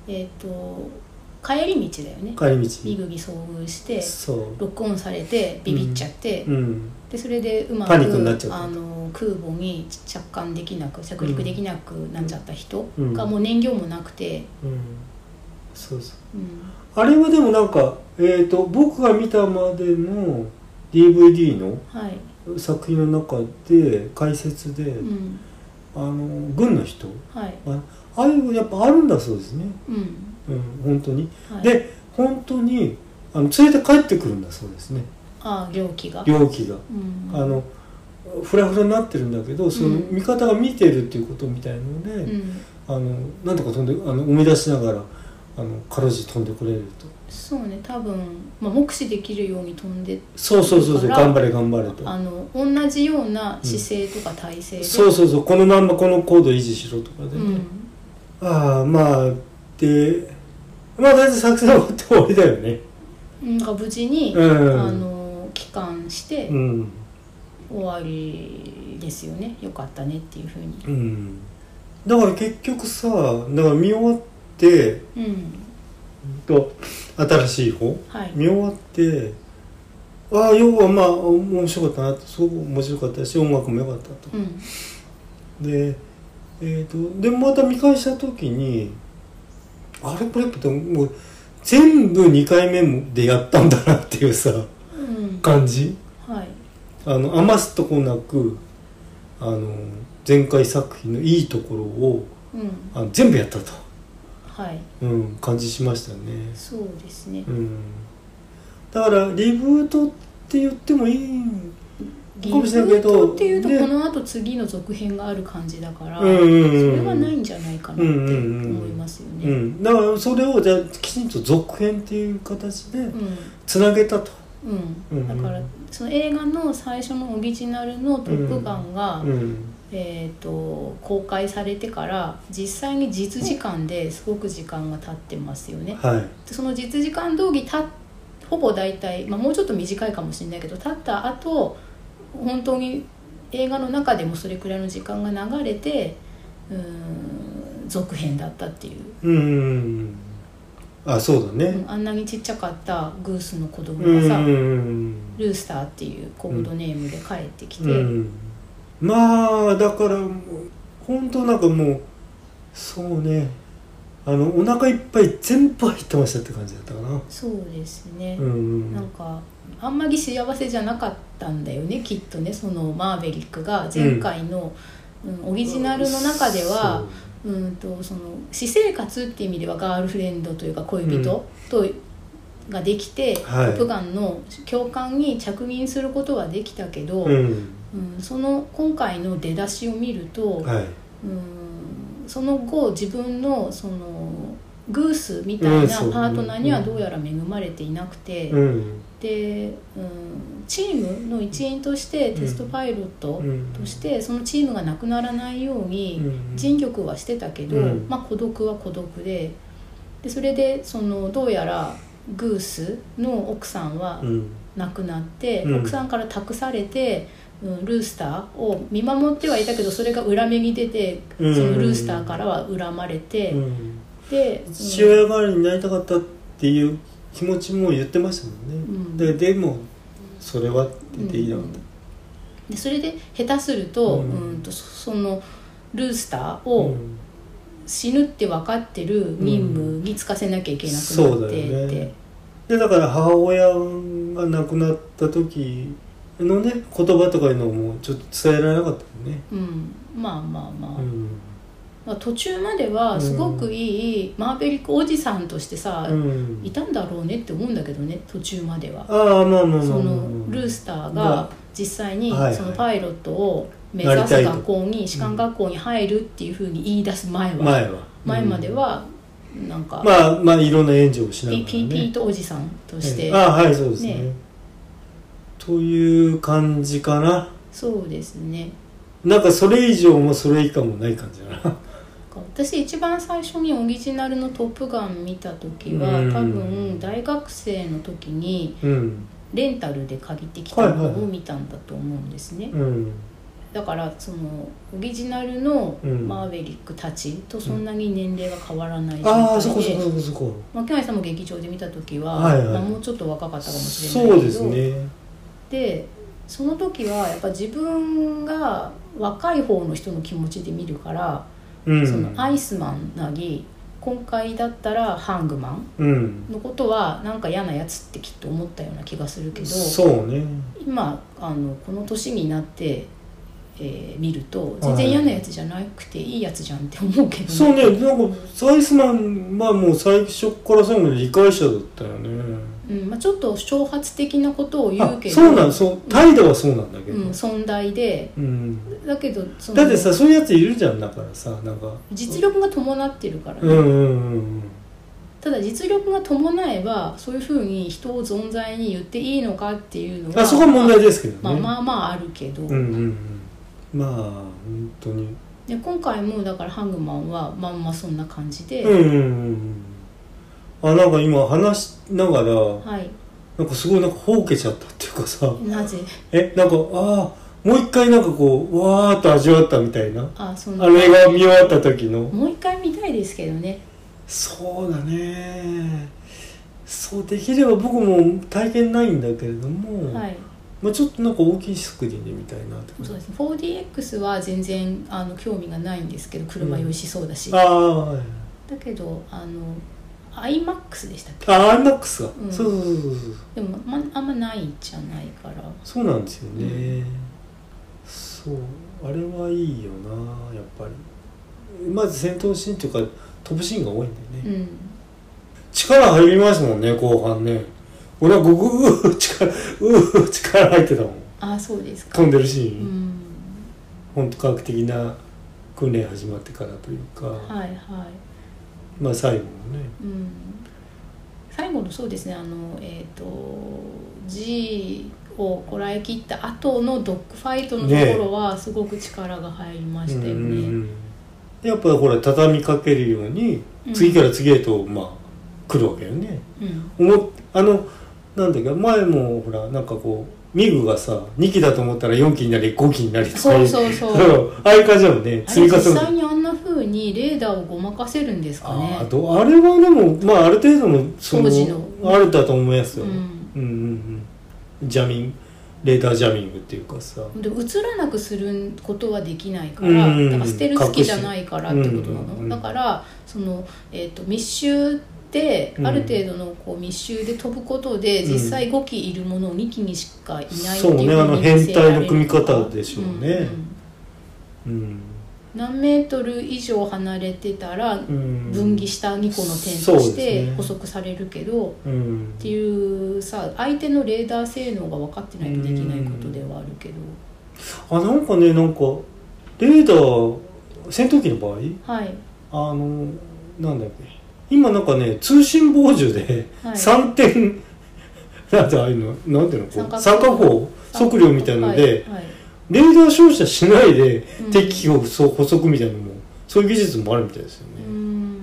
えっ、と帰り道だよね帰りビ道グに遭遇してそロックオンされてビビっちゃって、ううんでそれでうまくパニックになっちゃったあの空母に着艦できなく着陸できなくなっちゃった人うんがもう燃料もなくて、うんそうそううんあれはでもなんか、えー、と僕が見たまでの DVD のはい、作品の中で解説で、うん、あの軍の人はい、あああいうのやっぱあるんだそうですね、うん、うん、本当に、はい、で本当にあの連れて帰ってくるんだそうですねああ、容器が。病気が、うん、あのフラフラになってるんだけどそのうん味方が見てるっていうことみたいので、うん、あのなんとか飛んであの生み出しながらあのかろうじて飛んでくれるとそうね、多分、まあ、目視できるように飛んで。そうそうそうそうだから頑張れ頑張れとあの、同じような姿勢とか体勢で。そうそうそうこのまんまこの高度維持しろとかで、うねん、ああまあでまあ大体作戦は終わって終わりだよねうん、が無事に、うんあの、帰還してう、ん終わりですよね。よかったねっていうふうに。うんだから結局さだから見終わってうん、と新しい方はい。見終わってああ要はまあ面白かったなすごく面白かったし音楽も良かったと、うん、でえー、とでまた見返した時にあれこれってもう全部2回目もでやったんだなっていうさうん、感じはい。あの余すとこなくあの前回作品のいいところをうん、あの全部やったと、はい。うん、感じしましたね、そうですねう。ん、だからリブートって言ってもいいリかブもしれないけートどっていうと、ねこの後次の続編がある感じだから。うんうんそうんれはないんじゃないかなって思いますようね。ん、だからそれをじゃあきちんと続編っていう形でうんつなげたと、ううんん、だからその映画の最初のオリジナルの「トップガンが」うんえー、と公開されてから実際に実時間ですごく時間が経ってますよね。はいでその実時間通りたほぼ大体、まあ、もうちょっと短いかもしれないけど経った後本当に映画の中でもそれくらいの時間が流れてうーん続編だったっていううんうんうんあそうだねうんあんなにちっちゃかったグースの子供うんがうさ、んうんルースターっていうコードネームで帰ってきて、うんまあだからもう本当なんかもうそうねあのお腹いっぱい全部入ってましたって感じだったかなそうですねう、んなんかあんまり幸せじゃなかったんだよねきっとねそのマーヴェリックが前回の、うんオリジナルの中では、うんとその私生活っていう意味ではガールフレンドというか恋人とができて「はいトップガン」の共感に着任することはできたけど、うんうんその今回の出だしを見ると、はいうんその後自分のそのグースみたいうんなそうパートナーにはどうやら恵まれていなくて、うんで、うん、チームの一員としてテストパイロットうんとしてそのチームがなくならないように、うん尽力はしてたけど、うんまあ、孤独は孤独ででそれでそのどうやらグースの奥さんはうん亡くなって、うん奥さんから託されて、うん、ルースターを見守ってはいたけどそれが裏目に出て、うんそのルースターからは恨まれて、うんで、うん父親代わりになりたかったっていう気持ちも言ってましたもんね、うででもそれはって言っていいなかっでそれで下手すると,、ううんん、とそそのルースターた、をうん死ぬって分かってる任務に就かせなきゃいけなそくうなだってよって。ねでだから母親が亡くなった時のね言葉とかいうのもちょっと伝えられなかったもんね、うん、まあまあまあ、うんまあ途中まではすごくいい、マーベリックおじさんとしてさ、うんいたんだろうねって思うんだけどね途中までは、ああまあまあまあまあそまのあルースターまあが実際にはいはいそのパイロットを目指なすりたいと学校に士官学校に入るっていうふうに言い出す前は、前は前まで、はなんか、うんまあまあいろんな援助をしながら、ピね、ピーピーとおじさんとして、ええあはいそうですねねという感じかなそうですねなんかそれ以上もそれ以下もない感じだ な私一番最初にオリジナルの「トップガン」見た時はうん多分大学生の時にうんレンタルで借りてきたのを見たんだと思うんですね、うんだからそのオリジナルのうんマーベリックたちとそんなに年齢が変わらない状態で、ああそこそこそこそこ牧原さんも劇場で見た時は、はいはいまあ、もうちょっと若かったかもしれないそけどうですねでその時はやっぱ自分が若い方の人の気持ちで見るから、うんそのアイスマンなり今回だったらハングマンうんのことはなんか嫌なやつってきっと思ったような気がするけどそうね今あのこの年になって、えー見るとはい全然嫌なやつじゃなくていいやつじゃんって思うけど、そうねなんかサイスマンはもう最初から最後まで理解者だったよねうんまあ、ちょっと挑発的なことを言あうけどそうなんそう態度はそうなんだけど、うん、存在でうんだけどそのだってさそういうやついるじゃんだからさなんか実力が伴ってるからね、うんうんうんただ実力が伴えばそういうふうに人を存在に言っていいのかっていうのうんあはそこは問題ですけどね、まあ、まあまああるけど、うんうんうんまあ本当にで今回もだからハングマンはまんまそんな感じで、うんうんうんうんあなんか今話しながらはいなんかすごいなんかほうけちゃったっていうかさなぜえなんかああもう一回なんかこうわーっと味わったみたいなあそあのれが見終わった時のもう一回見たいですけどねそうだねそうできれば僕も体験ないんだけれども、はいまあ、ちょっとなんか大きいスクリーンで見たいなってそうですね 4DX は全然あの興味がないんですけど車酔いしそうだし、ああはいだけどあの iMAX でしたっけあアイマックスが、うんそうそうそうそうそうでも、まあんまないじゃないからそうなんですよね、うそうあれはいいよなやっぱりまず戦闘シーンというか飛ぶシーンが多いんだよね、うん力入りますもんね後半ね俺はググー力うー力入ってたもんあそうですか飛んでるシうーン、ん本当科学的な訓練始まってからというか、はいはいまあ最後のねうん最後のそうですねあのえっ、と G をこらえきった後のドッグファイトのところはすごく力が入りましたようんうんうね。んでやっぱほら畳みかけるようにうん次から次へとまあ来るわけよね、うん思っあのなんだっけ前もほらなんかこうミグがさ2機だと思ったら4機になり5機になりとかいそうそうそう ああいう感じだもんねあ積みれ重実ねて際にあんな風にレーダーをごまかせるんですかああね。どあれはでも、まあ、ある程度のその当時のあるだと思いますよ、ううん、ん、うんうんジャミングレーダージャミングっていうかさで映らなくすることはできないから、うんうんうんだから捨てる好きじゃないからってことなうの、んうんうんだからその、えー、と密集でうんある程度のこう密集で飛ぶことで、うん実際5機いるものを2機にしかいないってそうねいうあのふうに見せられる変態の組み方でしょうねんんうん何メートル以上離れてたらうん分岐した2個の点そうとですねして補足されるけど、うんっていうさ相手のレーダー性能が分かってないとできないことではあるけど、あなんかねなんかレーダー戦闘機の場合はいあのなんだっけ今なんかね通信傍受ではい3点、なんてああいうのなんていうのこう三角三角法測量みたいなので、はいはいレーダー照射しないでうん敵機をそう捕捉みたいなのもそういう技術もあるみたいですようーね、ん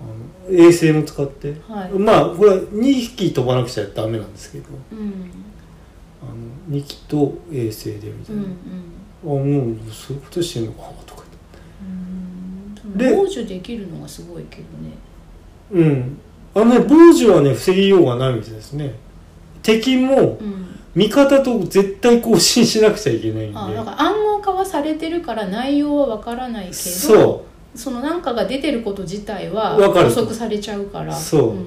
あの衛星も使って、はいまあこれは2匹飛ばなくちゃダメなんですけどうんあの2機と衛星でみたういんな、あもうそういうことしてんのかとかうんで傍受できるのがすごいけどねうんあのね傍受はね防ぎようがないみたいですね敵もうん味方と絶対交信しなくちゃいけないんであだから暗号化はされてるから内容は分からないけどそそのなんかが出てること自体はわかる補足されちゃうからそううんう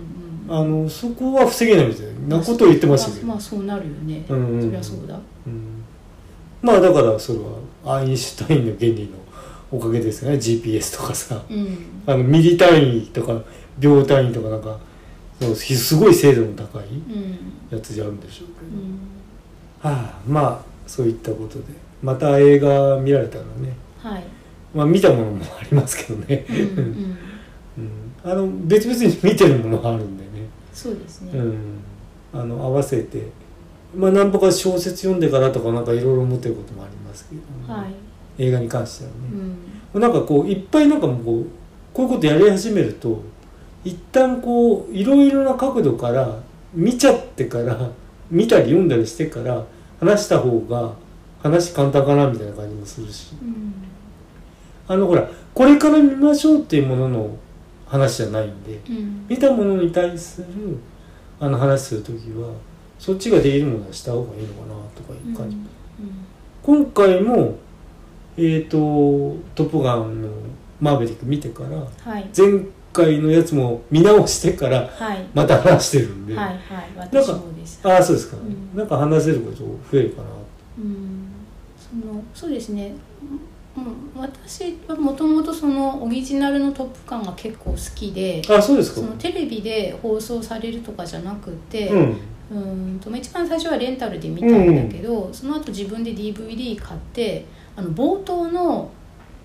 あのそこは防げないみたいなことを言ってましたけど、まあまあそうなるよね、うんうんうんそりゃそうだうんまあだからそれはアインシュタインの原理のおかげですね GPS とかさうんあのミリ単位とか秒単位とかなんかそうすごい精度の高いうんやつであるんでしょうけうど、んはあ、まあそういったことでまた映画見られたらねはいまあ見たものもありますけどね、うんうん うんあの別々に見てるものがあるんでね、そうですね、うん、あの合わせてまあ何とか小説読んでからとかなんかいろいろ思ってることもありますけど、はい、映画に関してはね、うん、なんかこういっぱいなんかもうこうこういうことやり始めると一旦こういろいろな角度から見ちゃってから見たり読んだりしてから話した方が話簡単かなみたいな感じもするしうんあのほらこれから見ましょうっていうものの話じゃないんでうん見たものに対するあの話する時はそっちができるものはした方がいいのかなとかいう感じ、今回もえっ、と「トップガン」の「マーヴェリック」見てからはい前回のやつも見直してからはいまた話してるんで、はいはい私もですああそうですか、うんなんか話せること増えるかなうんそのそうですねうん私はもともとそのオリジナルの「トップ感が結構好きであそうですかそのテレビで放送されるとかじゃなくて、うんうーんとまあ一番最初はレンタルで見たんだけど、その後自分で DVD 買ってあの冒頭の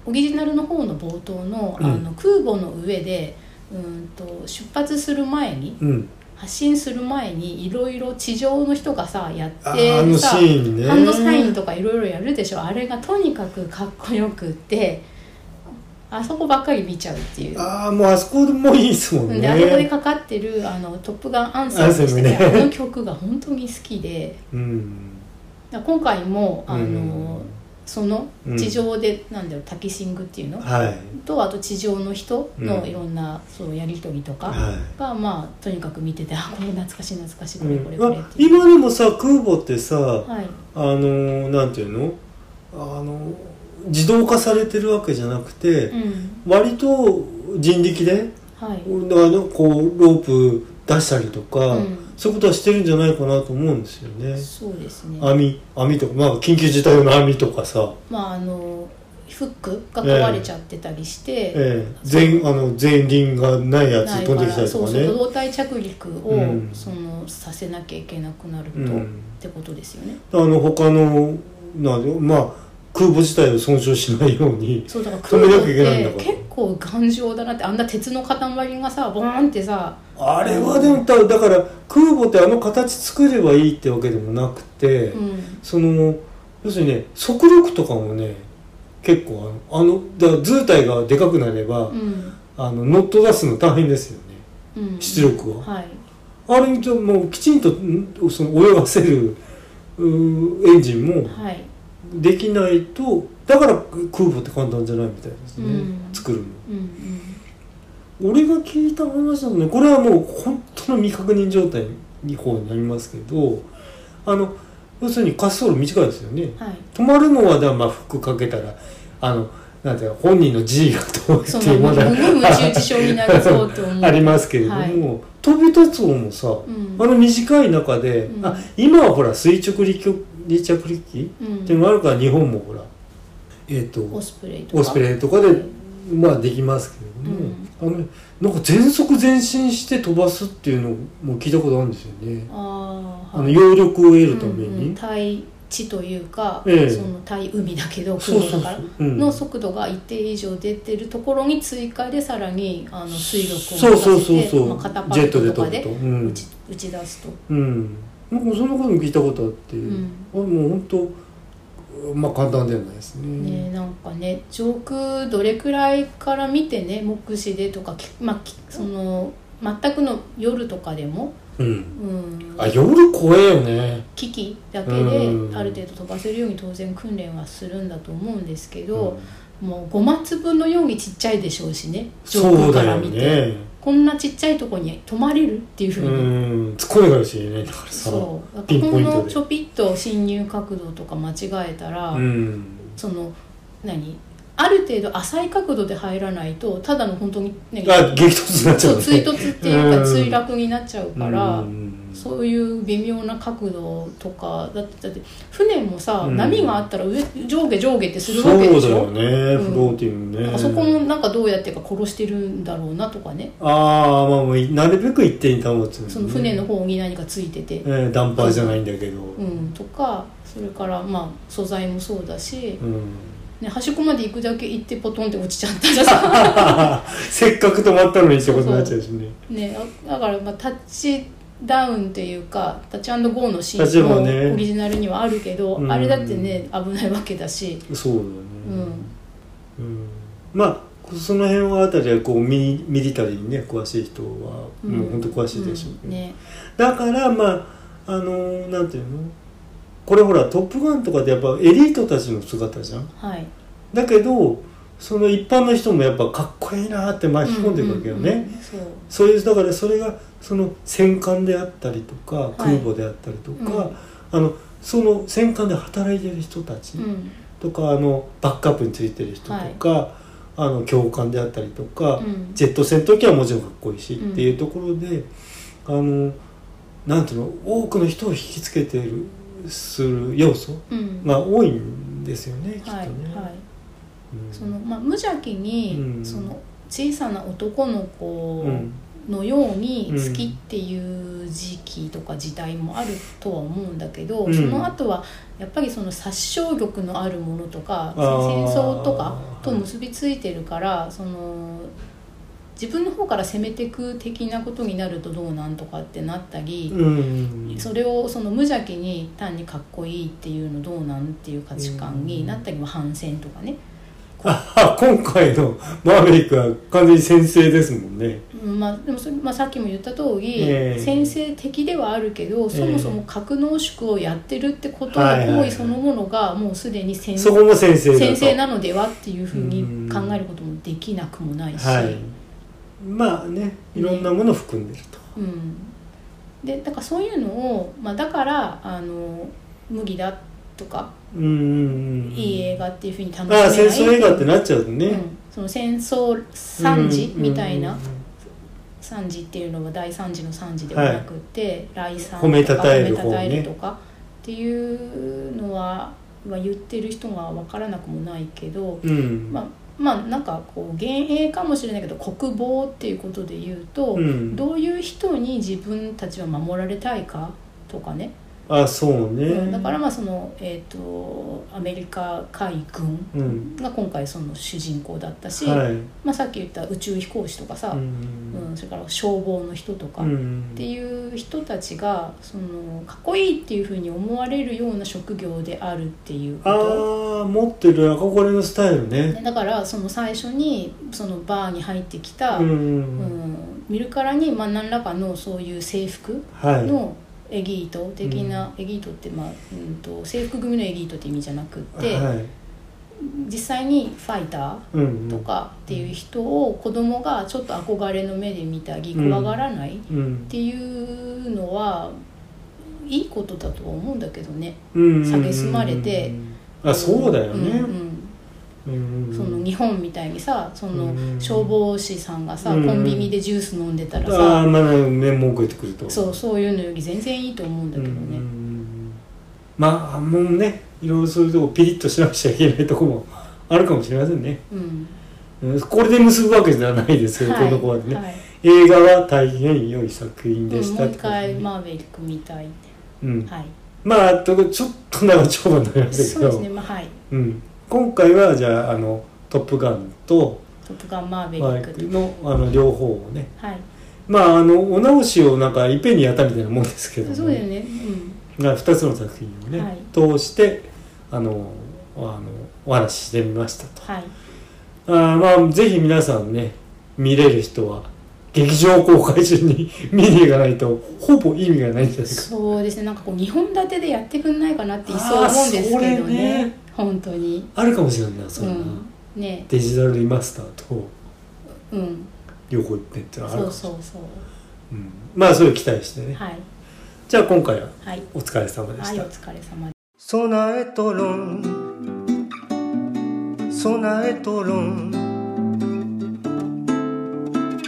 オリジナルの方の冒頭の,、うんあの空母の上でうーんと出発する前にうん発進する前にいろいろ地上の人がさやってあさーあのシーンねハンドサインとかいろいろやるでしょあれがとにかくかっこよくってあそこばっかり見ちゃうっていう。ああもうあそこでもいいですもんねであそこでかかってる「あのトップガン」アンセムでしたアンセけムどねあの曲が本当に好きでうんだから今回もあうの、んそのうん地上で、なんだろうタキシングっていうのはいとあと地上の人うのんいろんな、そうやり取りとかはいが、まあとにかく見ててあこれ懐かしい懐かしいこれこれうこんれっあていう、今でもさ空母ってさあはいのーなんていうのあの自動化されてるわけじゃなくてう、ん割と人力ではいあのこうロープ出したりとか、うんそういうことはしてるんじゃないかなと思うんですよねそうですね網網とか、まあ、緊急事態用の網とかさ、まああのフックが壊れちゃってたりして、ええ前あの前輪がないやつ飛んできたりとそうかそうね胴体着陸を、うんそのさせなきゃいけなくなると、うんってことですよねあの他のなんまあ空母自体を損傷しないようにそうだから止空めなき母ゃいけないんだっからて結構頑丈だなってあんな鉄の塊がさボーンってさあれはでもだだから空母ってあの形作ればいいってわけでもなくて、うんその要するにね速力とかもね結構あのあのだから図体がでかくなれば、うんあのノット出すの大変ですよねうん出力を、はいあれじゃもうきちんとんその泳がせるうエンジンもはいできないとだから空母って簡単じゃないみたいですね、うん作るのうんうん俺が聞いた話なのねこれはもう本当の未確認状態に方になりますけどあの要するに滑走路短いですよね はい止まるのはだからまあ服かけたらあのなんていうか本人の G が遠いそっうていうもなのんかすごがいむち打ち症になりそうって思 うありますけれども、はい飛び立つ音もさ、うんあの短い中で、うんあ今はほら垂直離極離着陸機うんっていうのがあるから日本もほらえっとオスプレイとかオスプレイとかで、まあできますけれども、あのなんか全速前進して飛ばすっていうのも聞いたことあるんですよね。あーあのはい揚力を得るために、うんうん対地というか、ええその対海だけどそう空そだうかそうら、うんの速度が一定以上出てるところに追加でさらにあの水力をそうそうそうせてそう、まあ、肩パジェッットドでと飛かぶと、でう打んち,、打ち出すと、うん、なんかそんなことも聞いたことあって、んあもう本当まあ簡単ではないですね。ね、なんかね上空どれくらいから見てね目視でとか、きまあ、きその全くの夜とかでも、うん、うん、あ夜怖えよね。機器だけでうんある程度飛ばせるように当然訓練はするんだと思うんですけど、もうごま粒のようにちっちゃいでしょうしね上そ空うかだらよ見て、ね。こんなちっちゃいとこに泊まれるっていうふううに、ん、突っ込めがあるしね、だからさ。そうだかピらンポほイんントでのちょぴっと侵入角度とか間違えたら、うん、その何ある程度浅い角度で入らないとただの本当にねあ激突になっちゃそううね。追突っていううんか墜落になっちゃうから、うんそういう微妙な角度とかだってだって船もさ、うん波があったら上上下上下ってするそわけでうしだよょね、うんフローティングね。なんかそこもなんかどうやってか殺してるんだろうなとかねああ、まあもうなるべく一定に保つ、ね。その船の方に何かついてて、えーダンパーじゃないんだけど。う、うんとかそれからまあ素材もそうだし、ん。ね、端っこまで行くだけ行ってポトンって落ちちゃったじゃ させっかく止まったのにってことになっちゃうしね。ねあだからまあタッチダウンというかタッチゴーのシタッチーンもねもオリジナルにはあるけど、うんあれだってね危ないわけだし、そうだよね。うんうんまあその辺はあたりはこうミミリタリーにね詳しい人は、うんもう本当詳しいでしょうけど、うんねだからまああのーなんていうのこれほら「トップガン」とかでやっぱエリートたちの姿じゃんはいだけどその一般の人もやっぱかっこいいなって巻き込んでいくわけよね、うんうんうんそうそういうだからそれがその戦艦であったりとかい空母であったりとか、うんあのその戦艦で働いてる人たち、うんとかあのバックアップについてる人とか、あの教官であったりとか、うんジェット戦の時はもちろんかっこいいし、うんっていうところであのなんていうの多くの人を引きつけてるする要素うんが多いんですよね、きっとはいね。はいうんそのまあ無邪気に、うんその小さな男の子うんのようにうん好きっていう時期とか時代もあるとは思うんだけど、うんその後はやっぱりその殺傷力のあるものとかあ戦ー争とかと結びついてるからその自分の方から攻めていく的なことになるとどうなんとかってなったり、うんそれをその無邪気に単にかっこいいっていうのどうなんっていう価値観になったりも反戦とかね。あ今回のマーヴェリックは完全に先生ですもんね。うんまあ、でもそれ、まあ、さっきも言った通り、ええ先制的ではあるけど、そもそも格納縮をやってるってことのはいはい行はい為そのものがもうすでに先そこも先生だと。先制なのではっていうふううんに考えることもできなくもないし、はい。まあね、いろんなものを含んでると。うん、でだからそういうのを、まあ、だからあの麦だとか、うんうんうん。いい映画っていうふうに楽しめあないあ戦争映画ってねなっちゃうとね、うん、その戦争惨事みたいな、うん惨事っていうのは大惨事の惨事ではなくて、来賛褒めとか称える方ね褒め称えるとかっていうのは、まあ、言ってる人が分からなくもないけど、うんうんまあ、まあなんかこう幻影かもしれないけど国防っていうことで言うと、うんどういう人に自分たちは守られたいかとかね、あそうね、うんだからまあその、えー、とアメリカ海う軍んが今回その主人公だったし、はい、まあ、さっき言った宇宙飛行士とかさ、うんうん、それから消防の人とか、うっんていう人たちがそのかっこいいっていうふうに思われるような職業であるっていうこあと。あ持ってる憧れのスタイルねねだからその最初にそのバーに入ってきた、ううんん、見るからにまあ何らかのそういう制服はいのエギート的な、エギートって、まあうん、と制服組のエギートって意味じゃなくって、はい実際にファイター、うんうん、とかっていう人を子供がちょっと憧れの目で見たりうん怖がらないっうん、ていうのはいいことだとは思うんだけどね。蔑蔑まれてあそうだよね、うんうんううんんその日本みたいにさそうのん消防士さんがさ、うんコンビニでジュース飲んでたらああさ、まだ面目食ってくるとそうそういうのより全然いいと思うんだけどうんうんうね。んまあもうねいろいろそういうとこピリッとしなくちゃいけないとこもあるかもしれませんねうんうんこれで結ぶわけではないですけど、はいこの子はね、はい映画は大変良い作品でうんしもたうっ一てことね回マーヴェリック見たいねうん、はいまあとちょっと長丁場になりましたそうけですどねまあはいうん、今回はじゃああの「トップガン」と「トップガンマー「ヴェマリイッククと」の」あの両方をねはいまああのお直しをなんかいっぺんにやったみたいなもんですけどもそうだよねうが2つの作品をね、はい通してあのあのお話ししてみましたとんはいあーまあぜひ皆さんね見れる人は劇場公開中に 見に行かないとほぼ意味がないんじゃないかそうですねなんかこう2本立てでやってくんないかなっていそう思うんですけどあーそねれね本当にあるかもしれないなそんうな、んねデジタルリマスターとうん両方行ってってのはあるそかうもしれないそうそううんまあそれを期待してね、はいじゃあ今回ははいお疲れ様ではしいおた。疲れ様ソナエトロンソナエトロン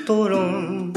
トロン